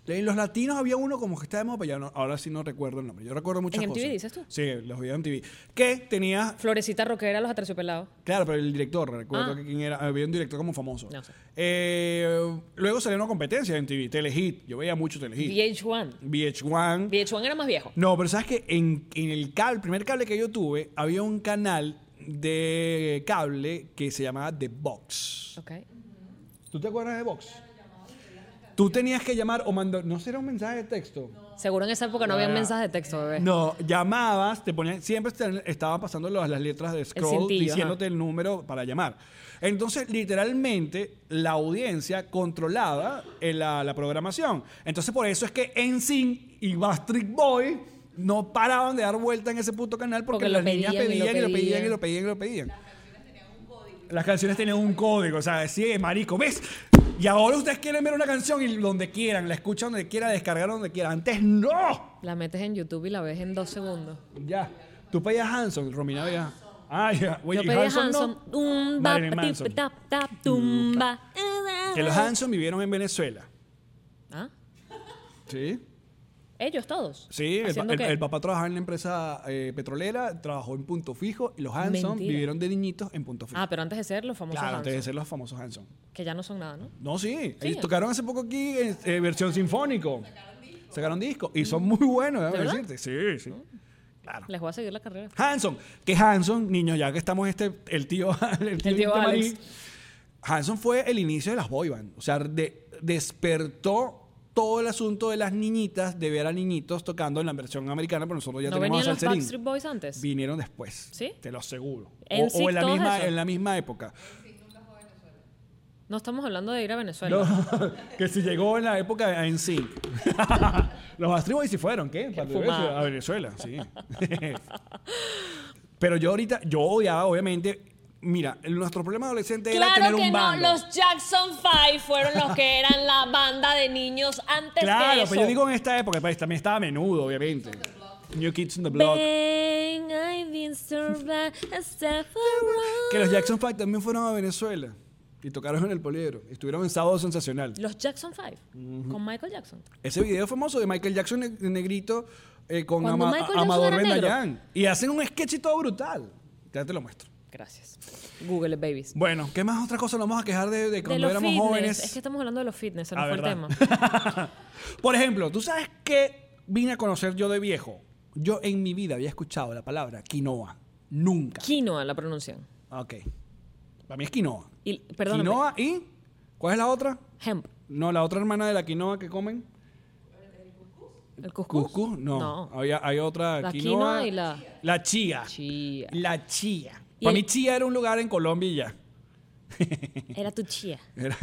En los latinos había uno como que estaba de moda, pero ya no- ahora sí no recuerdo el nombre. Yo recuerdo muchas ¿En MTV cosas. dices tú? Sí, los videos en MTV. Que tenía Florecita rockera, los aterciopelados. Claro, pero el director, recuerdo Ah. que quién era, había un director como famoso. No sé. Eh, luego salió una competencia en TV, Telehit. Yo veía mucho Telehit. VH1. VH1. VH1 era más viejo. No, pero sabes que en, en el cable, el primer cable que yo tuve, había un canal de cable que se llamaba The Box. Ok. ¿Tú te acuerdas de Box? Tú tenías que llamar o mandar, no será un mensaje de texto. Seguro en esa época no había mensajes de texto, bebé. No, llamabas, te ponían, siempre te- estaban pasando las, las letras de scroll cintillo, diciéndote el número para llamar. Entonces, literalmente, la audiencia controlaba eh, la, la programación. Entonces, por eso es que NSYNC y Bastric Boy no paraban de dar vuelta en ese puto canal porque, Porque lo las niñas pedían y pedían y lo lo pedían pedían. y lo pedían y lo pedían. Las canciones tenían un código, o sea, decía, marico, ¿ves? Y ahora ustedes quieren ver una canción y donde quieran, la escuchan donde quieran, descargar donde quieran. Antes no. La metes en YouTube y la ves en dos segundos. Ya. Tú pedías Hanson, Romina veía. Ah, ya. Oye, Yo ¿y pedí a no? Hanson. Tumba, Marilyn Manson. tip, tap, tap, tumba. Que los Hanson vivieron en Venezuela. ¿Ah? Sí. Ellos todos. Sí, el, pa- ¿Haciendo el- qué? el papá trabajaba en la empresa eh, petrolera, trabajó en Punto Fijo y los Hanson Mentira. vivieron de niñitos en Punto Fijo. Ah, pero antes de ser los famosos claro, antes de Hanson, ser los famosos Hanson. que ya no son nada, ¿no? No, sí. Sí. Ellos tocaron hace poco aquí en eh, versión sinfónico. Sacaron disco. Y son muy buenos, déjame verdad? decirte. Sí, sí. Claro. Les voy a seguir la carrera. Hanson, que Hanson, niños, ya que estamos este, el tío, el tío, El tío Alex. Alex. Hanson fue el inicio de las boy band. O sea, de- despertó todo el asunto de las niñitas, de ver a niñitos tocando en la versión americana, pero nosotros ya ¿No tenemos venían a los Salserín. Backstreet Boys antes? Vinieron después. ¿Sí? Te lo aseguro. O, En sí, o en, la todos misma, esos. en la misma época. No estamos hablando de ir a Venezuela. No, que si llegó en la época en sync. Los Backstreet Boys sí fueron, ¿qué? Para fumada. a Venezuela, sí. Pero yo ahorita, yo odiaba, obviamente. Mira, nuestro problema adolescente era tener Claro que un no, bando. los Jackson 5 fueron los que eran la banda de niños antes claro, de eso. pero yo digo en esta época, pues, también estaba a menudo, obviamente. New Kids on the Block. Bang, I've been survived, I suffer wrong. Que los Jackson Five también fueron a Venezuela y tocaron en el poliedro. Estuvieron en Sábado Sensacional. Los Jackson 5 con Michael Jackson. Ese video famoso de Michael Jackson neg- negrito eh, con Cuando Ama- Michael Jackson Amador era negro. Bendayán. Y hacen un sketch y todo brutal. Ya te lo muestro. Gracias. Google it, babies. Bueno, ¿qué más otra cosa nos vamos a quejar de, de De cuando los éramos fitness. jóvenes? Es que estamos hablando de los fitness, se Ah, nos fue el tema. ¿verdad? Por ejemplo, ¿tú sabes qué vine a conocer yo de viejo? Yo en mi vida había escuchado la palabra quinoa. Nunca. Quinoa la pronuncian. ok. Para mí es quinoa. Y, perdóname. Quinoa y... ¿Cuál es la otra? Hemp. No, la otra hermana de la quinoa que comen. ¿El cuscús? Cuscús, no. Ah. Había, hay otra La quinoa. quinoa y la- La chía. Chía. La chía. Y Para el- mí chía era un lugar en Colombia y ya. Era tu chía. Era-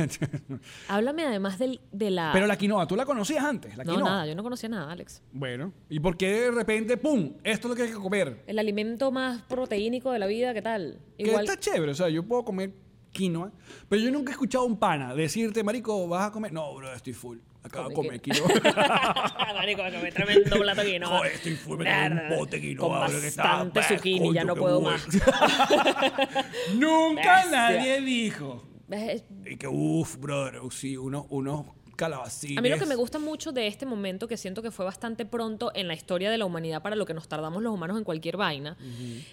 Háblame además del, de la... Pero la quinoa, ¿tú la conocías antes? La Ah. no, quinoa. nada, yo no conocía nada, Alex. Bueno, ¿y por qué de repente, pum, esto es lo que hay que comer? El alimento más proteínico de la vida, ¿qué tal? Igual Que está chévere, o sea, yo puedo comer quinoa, pero yo nunca he escuchado a un pana decirte, marico, vas a comer. No, bro, estoy full. Acabo de comer Come quinoa. Marico, me comí tremendo plato de quinoa. Joder, estoy full, me comí un Mierda. bote de quinoa. Con bro, que estaba bastante pesco, zucchini, ya coño, no qué puedo bueno. más. Nunca Bestia. nadie dijo. Es- Y que, uff, brother, uh, sí, unos, unos calabacines. A mí lo que me gusta mucho de este momento, que siento que fue bastante pronto en la historia de la humanidad para lo que nos tardamos los humanos en cualquier vaina,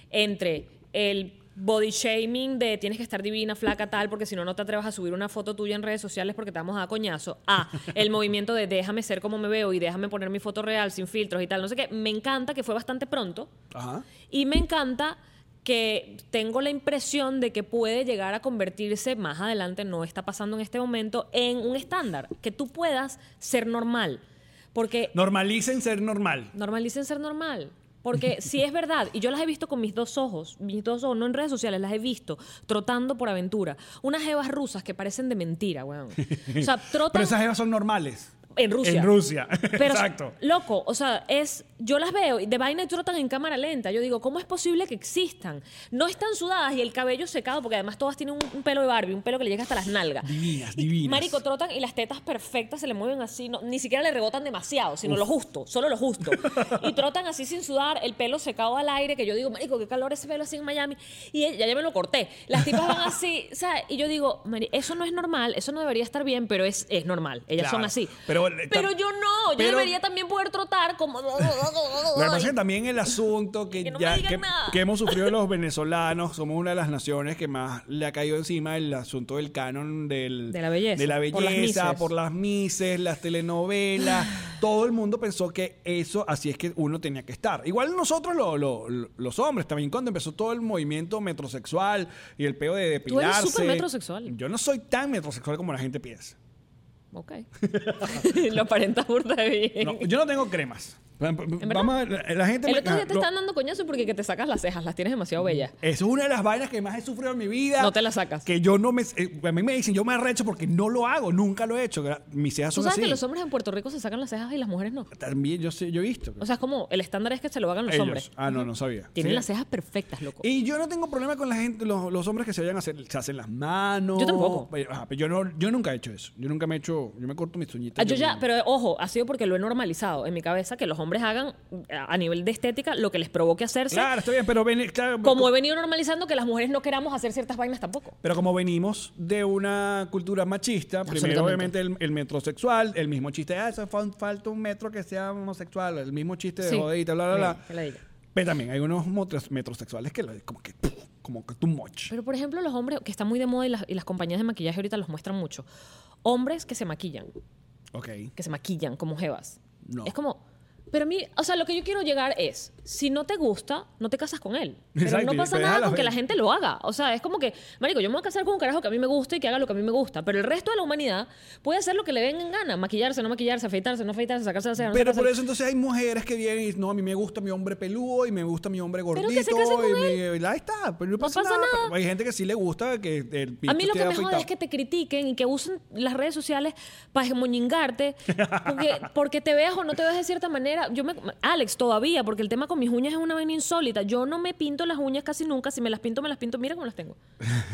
entre el body shaming de tienes que estar divina, flaca, tal, porque si no, no te atrevas a subir una foto tuya en redes sociales porque te vamos a dar coñazo, a el movimiento de déjame ser como me veo y déjame poner mi foto real sin filtros y tal, no sé qué, me encanta que fue bastante pronto. Ajá. Y me encanta que tengo la impresión de que puede llegar a convertirse más adelante, no está pasando en este momento, en un estándar, que tú puedas ser normal. Porque Normalicen ser normal. normalicen ser normal. Porque sí es verdad, y yo las he visto con mis dos ojos, mis dos ojos, no en redes sociales, las he visto trotando por aventura. Unas jevas rusas que parecen de mentira, weón. O sea, trotan Pero esas evas son normales. en Rusia. En Rusia. Pero, Exacto. Loco, o sea, es. Yo las veo y de vaina y trotan en cámara lenta. Yo digo, ¿cómo es posible que existan? No están sudadas y el cabello secado, porque además todas tienen un, un pelo de Barbie, un pelo que le llega hasta las nalgas. Divinas, Y, divinas. Marico, trotan y las tetas perfectas se le mueven así, no- ni siquiera le rebotan demasiado, sino lo justo, solo lo justo. y trotan así sin sudar, el pelo secado al aire, que yo digo, Marico, qué calor ese pelo así en Miami. Y ella- ya, ya me lo corté. Las tipas van así, ¿sabes? Y yo digo, "Mari, eso no es normal, eso no debería estar bien, pero es, es normal. Ellas son Claro. así. Pero, eh, tam- yo no, yo pero- debería también poder trotar como. Lo que pasa es que también el asunto que, Que no me ya digan que, nada. que hemos sufrido los venezolanos, somos una de las naciones que más le ha caído encima el asunto del canon del, De la belleza, de la por las belleza, mises. Ah. por las mises, las telenovelas. Todo el mundo pensó que eso, así es que uno tenía que estar. Igual nosotros, lo- lo- lo- los hombres, también cuando empezó todo el movimiento metrosexual y el peo de Tú eres depilarse. súper metrosexual. Yo no soy tan metrosexual como la gente piensa. Ok. lo aparenta burda de bien. No, yo no tengo cremas. Eh, verdad? Vamos a ver, la gente El me- ah, otro día te lo- están dando coñazo porque que te sacas las cejas, las tienes demasiado bellas. Eso es una de las vainas que más he sufrido en mi vida. No te la sacas. Que yo no me. eh, a mí me dicen, yo me arrecho porque no lo hago, nunca lo he hecho. gra- Mis cejas Tú son sabes así. que los hombres en Puerto Rico se sacan las cejas y las mujeres no. También yo, sé, yo he visto. O sea, es como el estándar es que se lo hagan los Ellos. hombres. Ah, no, no sabía. Tienen Sí. las cejas perfectas, loco. Y yo no tengo problema con la gente, los, los hombres que se vayan a hacer, se hacen las manos. Yo tampoco. Eh, ajá, pero yo, no, yo nunca he hecho eso. Yo nunca me he hecho, yo me corto mis uñitas. Ah, yo ya, mismo. pero ojo, ha sido porque lo he normalizado en mi cabeza que los hombres hagan eh, a a nivel de estética lo que les provoque hacerse. Claro, está bien, pero ven, claro, Como he venido normalizando que las mujeres no queramos hacer ciertas vainas tampoco. Pero como venimos de una cultura machista, primero Absolutamente. obviamente el, el metrosexual, el mismo chiste, ah, eso fa- falta un metro que sea homosexual, el mismo chiste de Sí. jodita, bla, bla, bla. Ok, que la diga. Pero también hay unos motros- metrosexuales que lo- como que, puf, como que too much. Pero, por ejemplo, los hombres, que está muy de moda y las, y las compañías de maquillaje ahorita los muestran mucho. Hombres que se maquillan, Ok. que se maquillan como jevas. No. Es como, pero a mí, o sea, lo que yo quiero llegar es, si no te gusta, no te casas con él. Pero Exacto, no y pues, pasa déjala nada con ver. que la gente lo haga. O sea, es como que, marico, yo me voy a casar con un carajo que a mí me gusta y que haga lo que a mí me gusta. Pero el resto de la humanidad puede hacer lo que le venga en gana. Maquillarse, no maquillarse, afeitarse, no afeitarse, sacarse la ceja, no Pero sacarse por la- eso entonces hay mujeres que vienen y dicen, no, a mí me gusta mi hombre peludo y me gusta mi hombre Pero gordito. que se casen y con mi- ahí está, pero no pasa, pasa nada. nada. Pero Hay gente que sí le gusta que el pito A mí lo esté que me afeitado. joda es que te critiquen y que usen las redes sociales para moñingarte, porque, porque te veas o no te veas de cierta manera. Yo me, Alex, todavía, porque el tema con mis uñas es una vaina insólita. Yo no me pinto las uñas casi nunca. Si me las pinto, me las pinto. Mira cómo las tengo.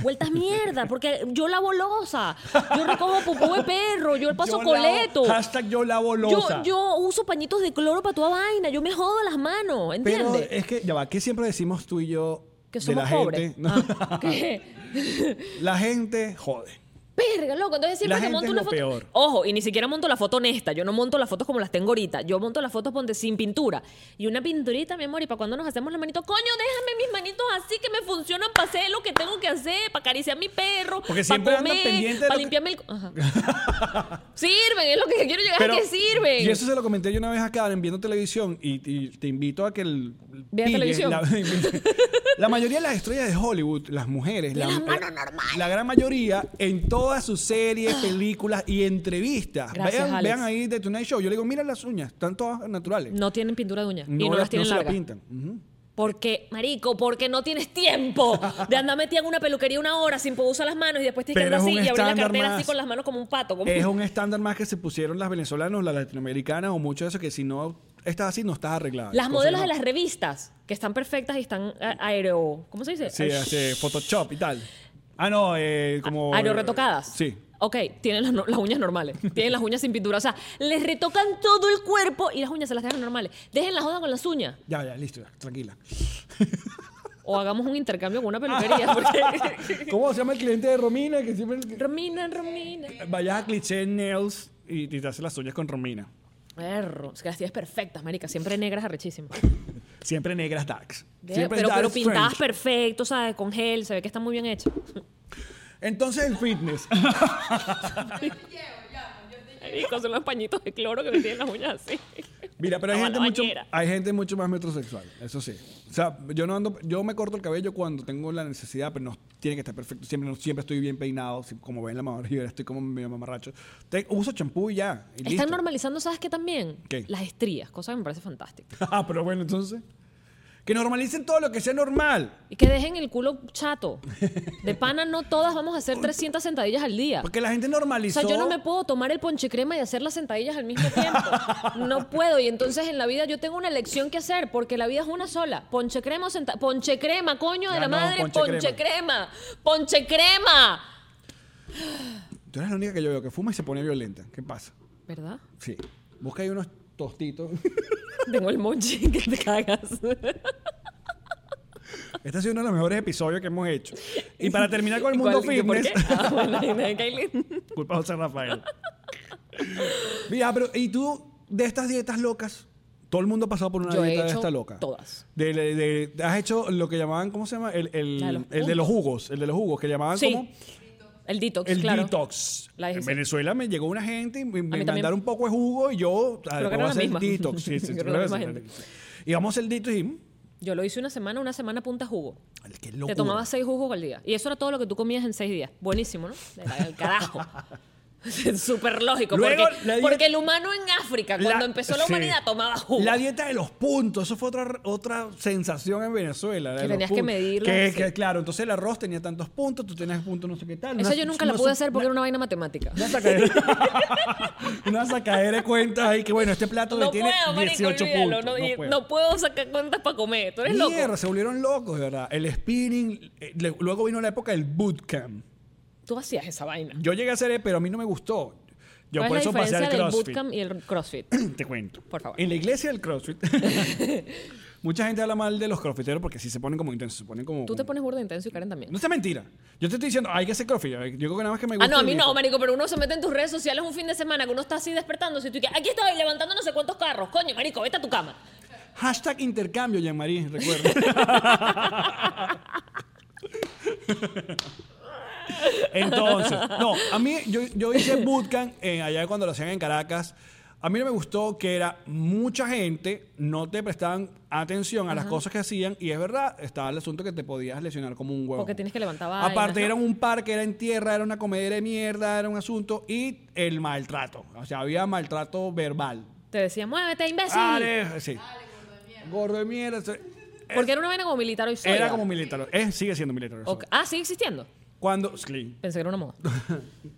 Vueltas mierda, porque yo lavo losa. Yo recojo pupú de perro. Yo paso Yo coleto. lavo- hashtag yo lavo losa. Yo, yo uso pañitos de cloro para toda vaina. Yo me jodo las Pero manos, ¿entiendes? es que, ya va, ¿qué siempre decimos tú y yo que de la somos pobres. gente? No. Ah, ¿qué? La gente jode. Verga, loco. Entonces siempre La que gente monto es una lo foto. peor. Ojo, y ni siquiera monto la foto honesta. Yo no monto las fotos como las tengo ahorita. Yo monto las fotos ponte sin pintura. Y una pinturita, mi amor, y para cuando nos hacemos la manito, coño, déjame mis manitos así que me funcionan para hacer lo que tengo que hacer, para acariciar a mi perro, Porque para siempre andan comer, pendiente de lo para que- limpiarme el. Ajá. sirven, es lo que quiero llegar a que sirven. Y eso se lo comenté yo una vez a Karen viendo televisión y, y te invito a que el Vea pilles televisión. La, la mayoría de las estrellas de Hollywood, las mujeres, la, la- la gran mayoría en todas sus series, películas y entrevistas. Ah. Gracias, vean, Alex. vean ahí The Tonight Show. Yo le digo, mira las uñas, están todas naturales. No tienen pintura de uña y no la- las tienen se la largas. pintan. Ujú. Porque, marico, porque no tienes tiempo de andar metida en una peluquería una hora sin poder usar las manos y después tienes Pero que andar es un así y abrir la estándar cartera más. así con las manos como un pato. Como Es un estándar más que se pusieron las venezolanas, las latinoamericanas o mucho de eso que si no estás así no estás arreglada. Las Entonces, modelos no. de las revistas, que están perfectas y están a- aero... ¿Cómo se dice? Sí, hace Photoshop y tal. Ah, no, eh, como... Ah, Aero retocadas. Sí. Ok, tienen las, no- las uñas normales. Tienen las uñas sin pintura. O sea, les retocan todo el cuerpo y las uñas se las dejan normales. Dejen la joda con las uñas. Ya, ya, listo, ya, tranquila. O hagamos un intercambio con una peluquería. Porque... ¿Cómo se llama el cliente de Romina? Que siempre... Romina, Romina. Vayas a Cliché Nails y, y te haces las suyas con Romina. Perro. Es que las tienes perfectas, marica. Siempre negras, arrechísimas. Siempre negras darks. Pero, Siempre pero darks pintadas French. perfecto, ¿sabes? Con gel. Se ve que están muy bien hechas. Entonces el fitness. Marico, son los pañitos de cloro que me tienen las uñas así. Mira, pero hay Como gente, la mucho, bañera. hay gente mucho más metrosexual, eso sí. O sea, yo no ando, yo me corto el cabello cuando tengo la necesidad, pero no tiene que estar perfecto. Siempre, no, siempre estoy bien peinado, si- como ven la mayoría, estoy como medio mamarracho. Te- uso champú y ya. y Están listo. normalizando, ¿sabes qué también? ¿Qué? Las estrías, cosa que me parece fantástica. Ah, pero bueno, entonces. Que normalicen todo lo que sea normal. Y que dejen el culo chato. De pana no todas vamos a hacer 300 sentadillas al día. Porque la gente O normalizó. sea, yo no me puedo tomar el ponche crema y hacer las sentadillas al mismo tiempo. No puedo. Y entonces en la vida yo tengo una elección que hacer, porque la vida es una sola. Ponche crema o sentadilla. Ponche crema, coño de Ya la Ah, no, madre. ponche Ponche, crema. Ponche crema. Tú eres la única que yo veo que fuma y se pone violenta. ¿Qué pasa? ¿Verdad? Sí. Busca ahí unos tostitos. Tengo el monchi que te cagas. Este ha sido uno de los mejores episodios que hemos hecho. Y para terminar con el ¿Y mundo cuál- y por fitness, qué? Ah, bueno, y de Kylie. culpa de José Rafael. Mira, pero ¿y tú de estas dietas locas? Todo el mundo ha pasado por una Yo he dieta de hecho esta loca. todas. De- de- de- has hecho lo que llamaban, ¿cómo se llama? El, el- La de los el de los jugos. El de los jugos, que llamaban Sí. como El detox, el claro. detox. La hice. en Venezuela me llegó una gente y me, me también. mandaron un poco de jugo y yo a ver, que ¿cómo era va a la ser el misma. detox. Sí, sí, sí, Creo que creo era que la sí. misma Y vamos al detox y... mm, Yo lo hice una semana, una semana punta jugo. Qué locura. Te tomabas seis jugos al día. Y eso era todo lo que tú comías en seis días. Buenísimo, ¿no? Era El carajo. Es Súper lógico. Luego, porque, la dieta- porque el humano en África, cuando La- empezó la sí. humanidad, tomaba jugo. La dieta de los puntos, eso fue otra, otra sensación en Venezuela. la de Que los tenías que puntos. medirla, Que, sí. que, claro, entonces el arroz tenía tantos puntos, tú tenías puntos no sé qué tal. Eso una- yo nunca la una- pude hacer porque era una vaina matemática. Una sacadera, una sacadera de cuentas ahí que bueno, este plato No le tiene puedo, marico, 18 olvídalo. puntos. no, y- puedo. no puedo sacar cuentas para comer. Tú eres loco. Mierda, se volvieron locos, de verdad. El spinning, eh, le- luego vino la época del bootcamp. Tú hacías esa vaina. Yo llegué a hacer, eh, pero a mí no me gustó. Yo ¿Cuál por es eso la pasé al diferencia del CrossFit. bootcamp y el CrossFit? Te cuento. Por favor. En la iglesia del CrossFit. Mucha gente habla mal de los crossfiteros porque sí se ponen como intensos, se ponen como... Tú te pones burda de intenso y Karen también. No sea mentira. Yo te estoy diciendo, hay que hacer crossfit. Yo digo que nada más que me gusta. Ah, no, a el mí no, grito. marico, pero uno se mete en tus redes sociales un fin de semana que uno está así despertándose y tú y que aquí estoy levantando no sé cuántos carros. Coño, marico, vete a tu cama. Hashtag intercambio, Jean-Marie, recuerda. Entonces, no, a mí, yo, yo hice bootcamp eh, allá cuando lo hacían en Caracas. A mí no me gustó que era mucha gente, no te prestaban atención a las cosas que hacían. Y es verdad, estaba el asunto que te podías lesionar como un huevo. Porque tienes que levantar vainas, Aparte, ¿no? era un parque, era en tierra, era una comedera de mierda, era un asunto. Y el maltrato. O sea, había maltrato verbal. Te decía, muévete, imbécil. Ale, sí. gordo de mierda. sí. Porque era una vaina como militar hoy soy, Era ¿verdad? como militar. eh, sigue siendo militar. Ok. Ah, sigue existiendo. Cuando. sí, Pensé que era una moda.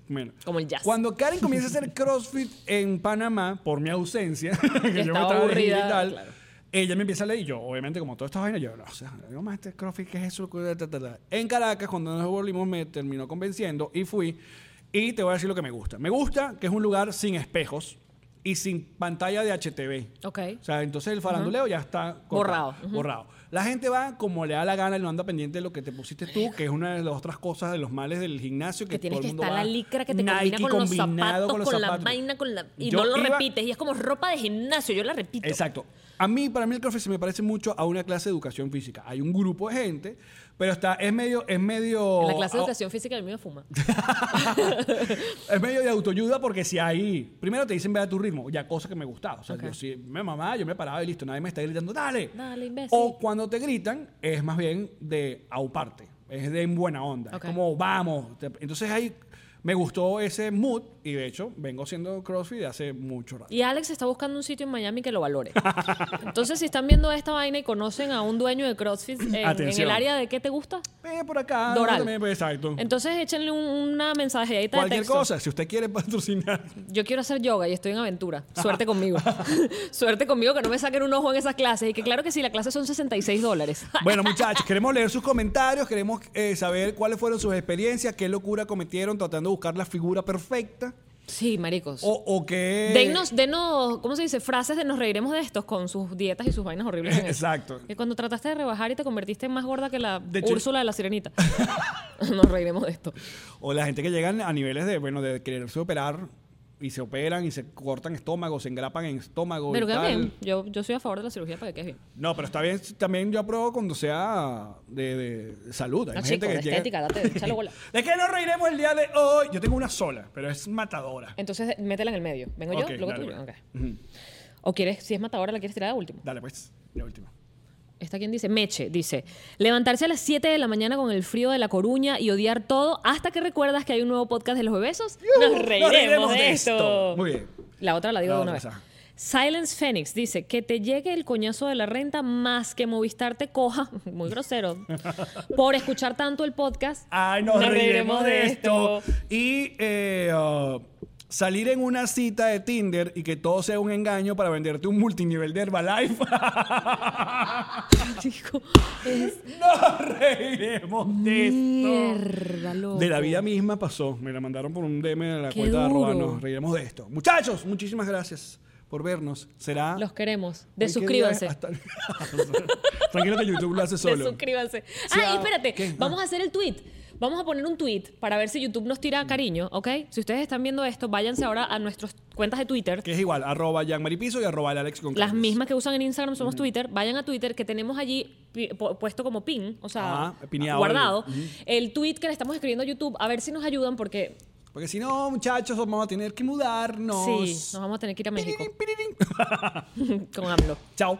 bueno. Como el jazz. Cuando Karen comienza a hacer CrossFit en Panamá, por mi ausencia, que yo me estaba estaba de gira aburrida, y tal, claro. ella me empieza a leer y yo, obviamente, como toda esta vaina, yo, no, o sea, digo, más este CrossFit, ¿qué es eso? Ta, ta, ta. En Caracas, cuando nos volvimos, me terminó convenciendo y fui. Y te voy a decir lo que me gusta. Me gusta que es un lugar sin espejos y sin pantalla de HTV. Ok. O sea, entonces el faranduleo ya está cortado, Borrado, ujú. borrado. La gente va como le da la gana y no anda pendiente de lo que te pusiste tú, que es una de las otras cosas de los males del gimnasio que, Que tienes todo que el mundo estar la va. licra que te Nike combina con los combinado zapatos, con, los la zapatos. vaina, con la... Y Yo no lo iba- repites. Y es como ropa de gimnasio, yo la repito. Exacto. A mí, para mí el CrossFit se me parece mucho a una clase de educación física. Hay un grupo de gente, pero está, es medio, es medio... En la clase de a- educación física el mío fuma. es medio de autoayuda porque si ahí, primero te dicen ve a tu ritmo, ya cosa que me gustaba. O sea, Ok. yo sí, me mamá, yo me paraba y listo, nadie me está gritando, dale. Dale, imbécil. O cuando te gritan, es más bien de auparte, es de en buena onda, Ok. es como vamos. Te- Entonces ahí me gustó ese mood y de hecho vengo siendo CrossFit de hace mucho rato. Y Alex está buscando un sitio en Miami que lo valore. Entonces, si están viendo esta vaina y conocen a un dueño de CrossFit eh, en, en Atención. el área de qué te gusta, Ve por acá, Doral. también, pues, exacto. entonces échenle un- una mensajeadita de Cualquier texto. cosa, si usted quiere patrocinar. Yo quiero hacer yoga y estoy en aventura. Suerte conmigo. Suerte conmigo que no me saquen un ojo en esas clases. Y que claro que sí, la clase son 66 dólares. Bueno, muchachos, queremos leer sus comentarios, queremos eh, saber cuáles fueron sus experiencias, qué locura cometieron tratando de buscar la figura perfecta. Sí, maricos. O, o qué. Denos, denos, ¿cómo se dice? Frases de nos reiremos de estos con sus dietas y sus vainas horribles. en eso. Exacto. Que cuando trataste de rebajar y te convertiste en más gorda que la De hecho- Úrsula de la Sirenita. nos reiremos de esto. O la gente que llegan a niveles de, bueno, de quererse operar y se operan y se cortan estómago, se engrapan en estómago. Pero y queda tal. bien. Yo, yo soy a favor de la cirugía para que quede bien. No, pero está bien, también yo apruebo cuando sea de, de salud. Hay No, gente chico, que de llega- estética, date, échale bola. ¿De qué nos reiremos el día de hoy? Yo tengo una sola, pero es matadora. Entonces, métela en el medio. ¿Vengo Ok, yo? Luego dale, tú. pues. Ok. Ujú. O quieres, si es matadora, la quieres tirar a último. Dale, pues, la última. ¿Esta quién dice? Meche dice, levantarse a las 7 de la mañana con el frío de La Coruña y odiar todo hasta que recuerdas que hay un nuevo podcast de los bebesos. Nos reiremos, de, esto. Muy bien. La otra la digo La de una otra, vez. esa. Silence Phoenix dice que te llegue el coñazo de la renta más que Movistar te coja, muy grosero, por escuchar tanto el podcast. Ay, nos, reiremos de esto. Y eh, ah, salir en una cita de Tinder y que todo sea un engaño para venderte un multinivel de Herbalife. Chico, nos reiremos de esto. mierda, loco. De la vida misma pasó. Me la mandaron por un DM de la Qué cuenta de arroba. duro. Nos reiremos de esto. Muchachos, muchísimas gracias por vernos. Será. Los queremos. Ay, qué Desuscríbanse. día- hasta- Tranquilo que YouTube lo hace solo. Desuscríbanse. Sí, ah, ah, y espérate, ¿qué? vamos a hacer el tweet. Vamos a poner un tweet para ver si YouTube nos tira cariño, ¿ok? Si ustedes están viendo esto, váyanse ahora a nuestras cuentas de Twitter. Que es igual, arroba Piso y arroba el Alex con Las K. mismas que usan en Instagram Mm. somos Twitter. Vayan a Twitter que tenemos allí pi- pu- puesto como pin, o sea, Ajá, pineado guardado. ahí. El tweet que le estamos escribiendo a YouTube, a ver si nos ayudan porque Porque si no, muchachos, vamos a tener que mudarnos. sí, nos vamos a tener que ir a México Pirirín, pirirín. con AMLO. Chao.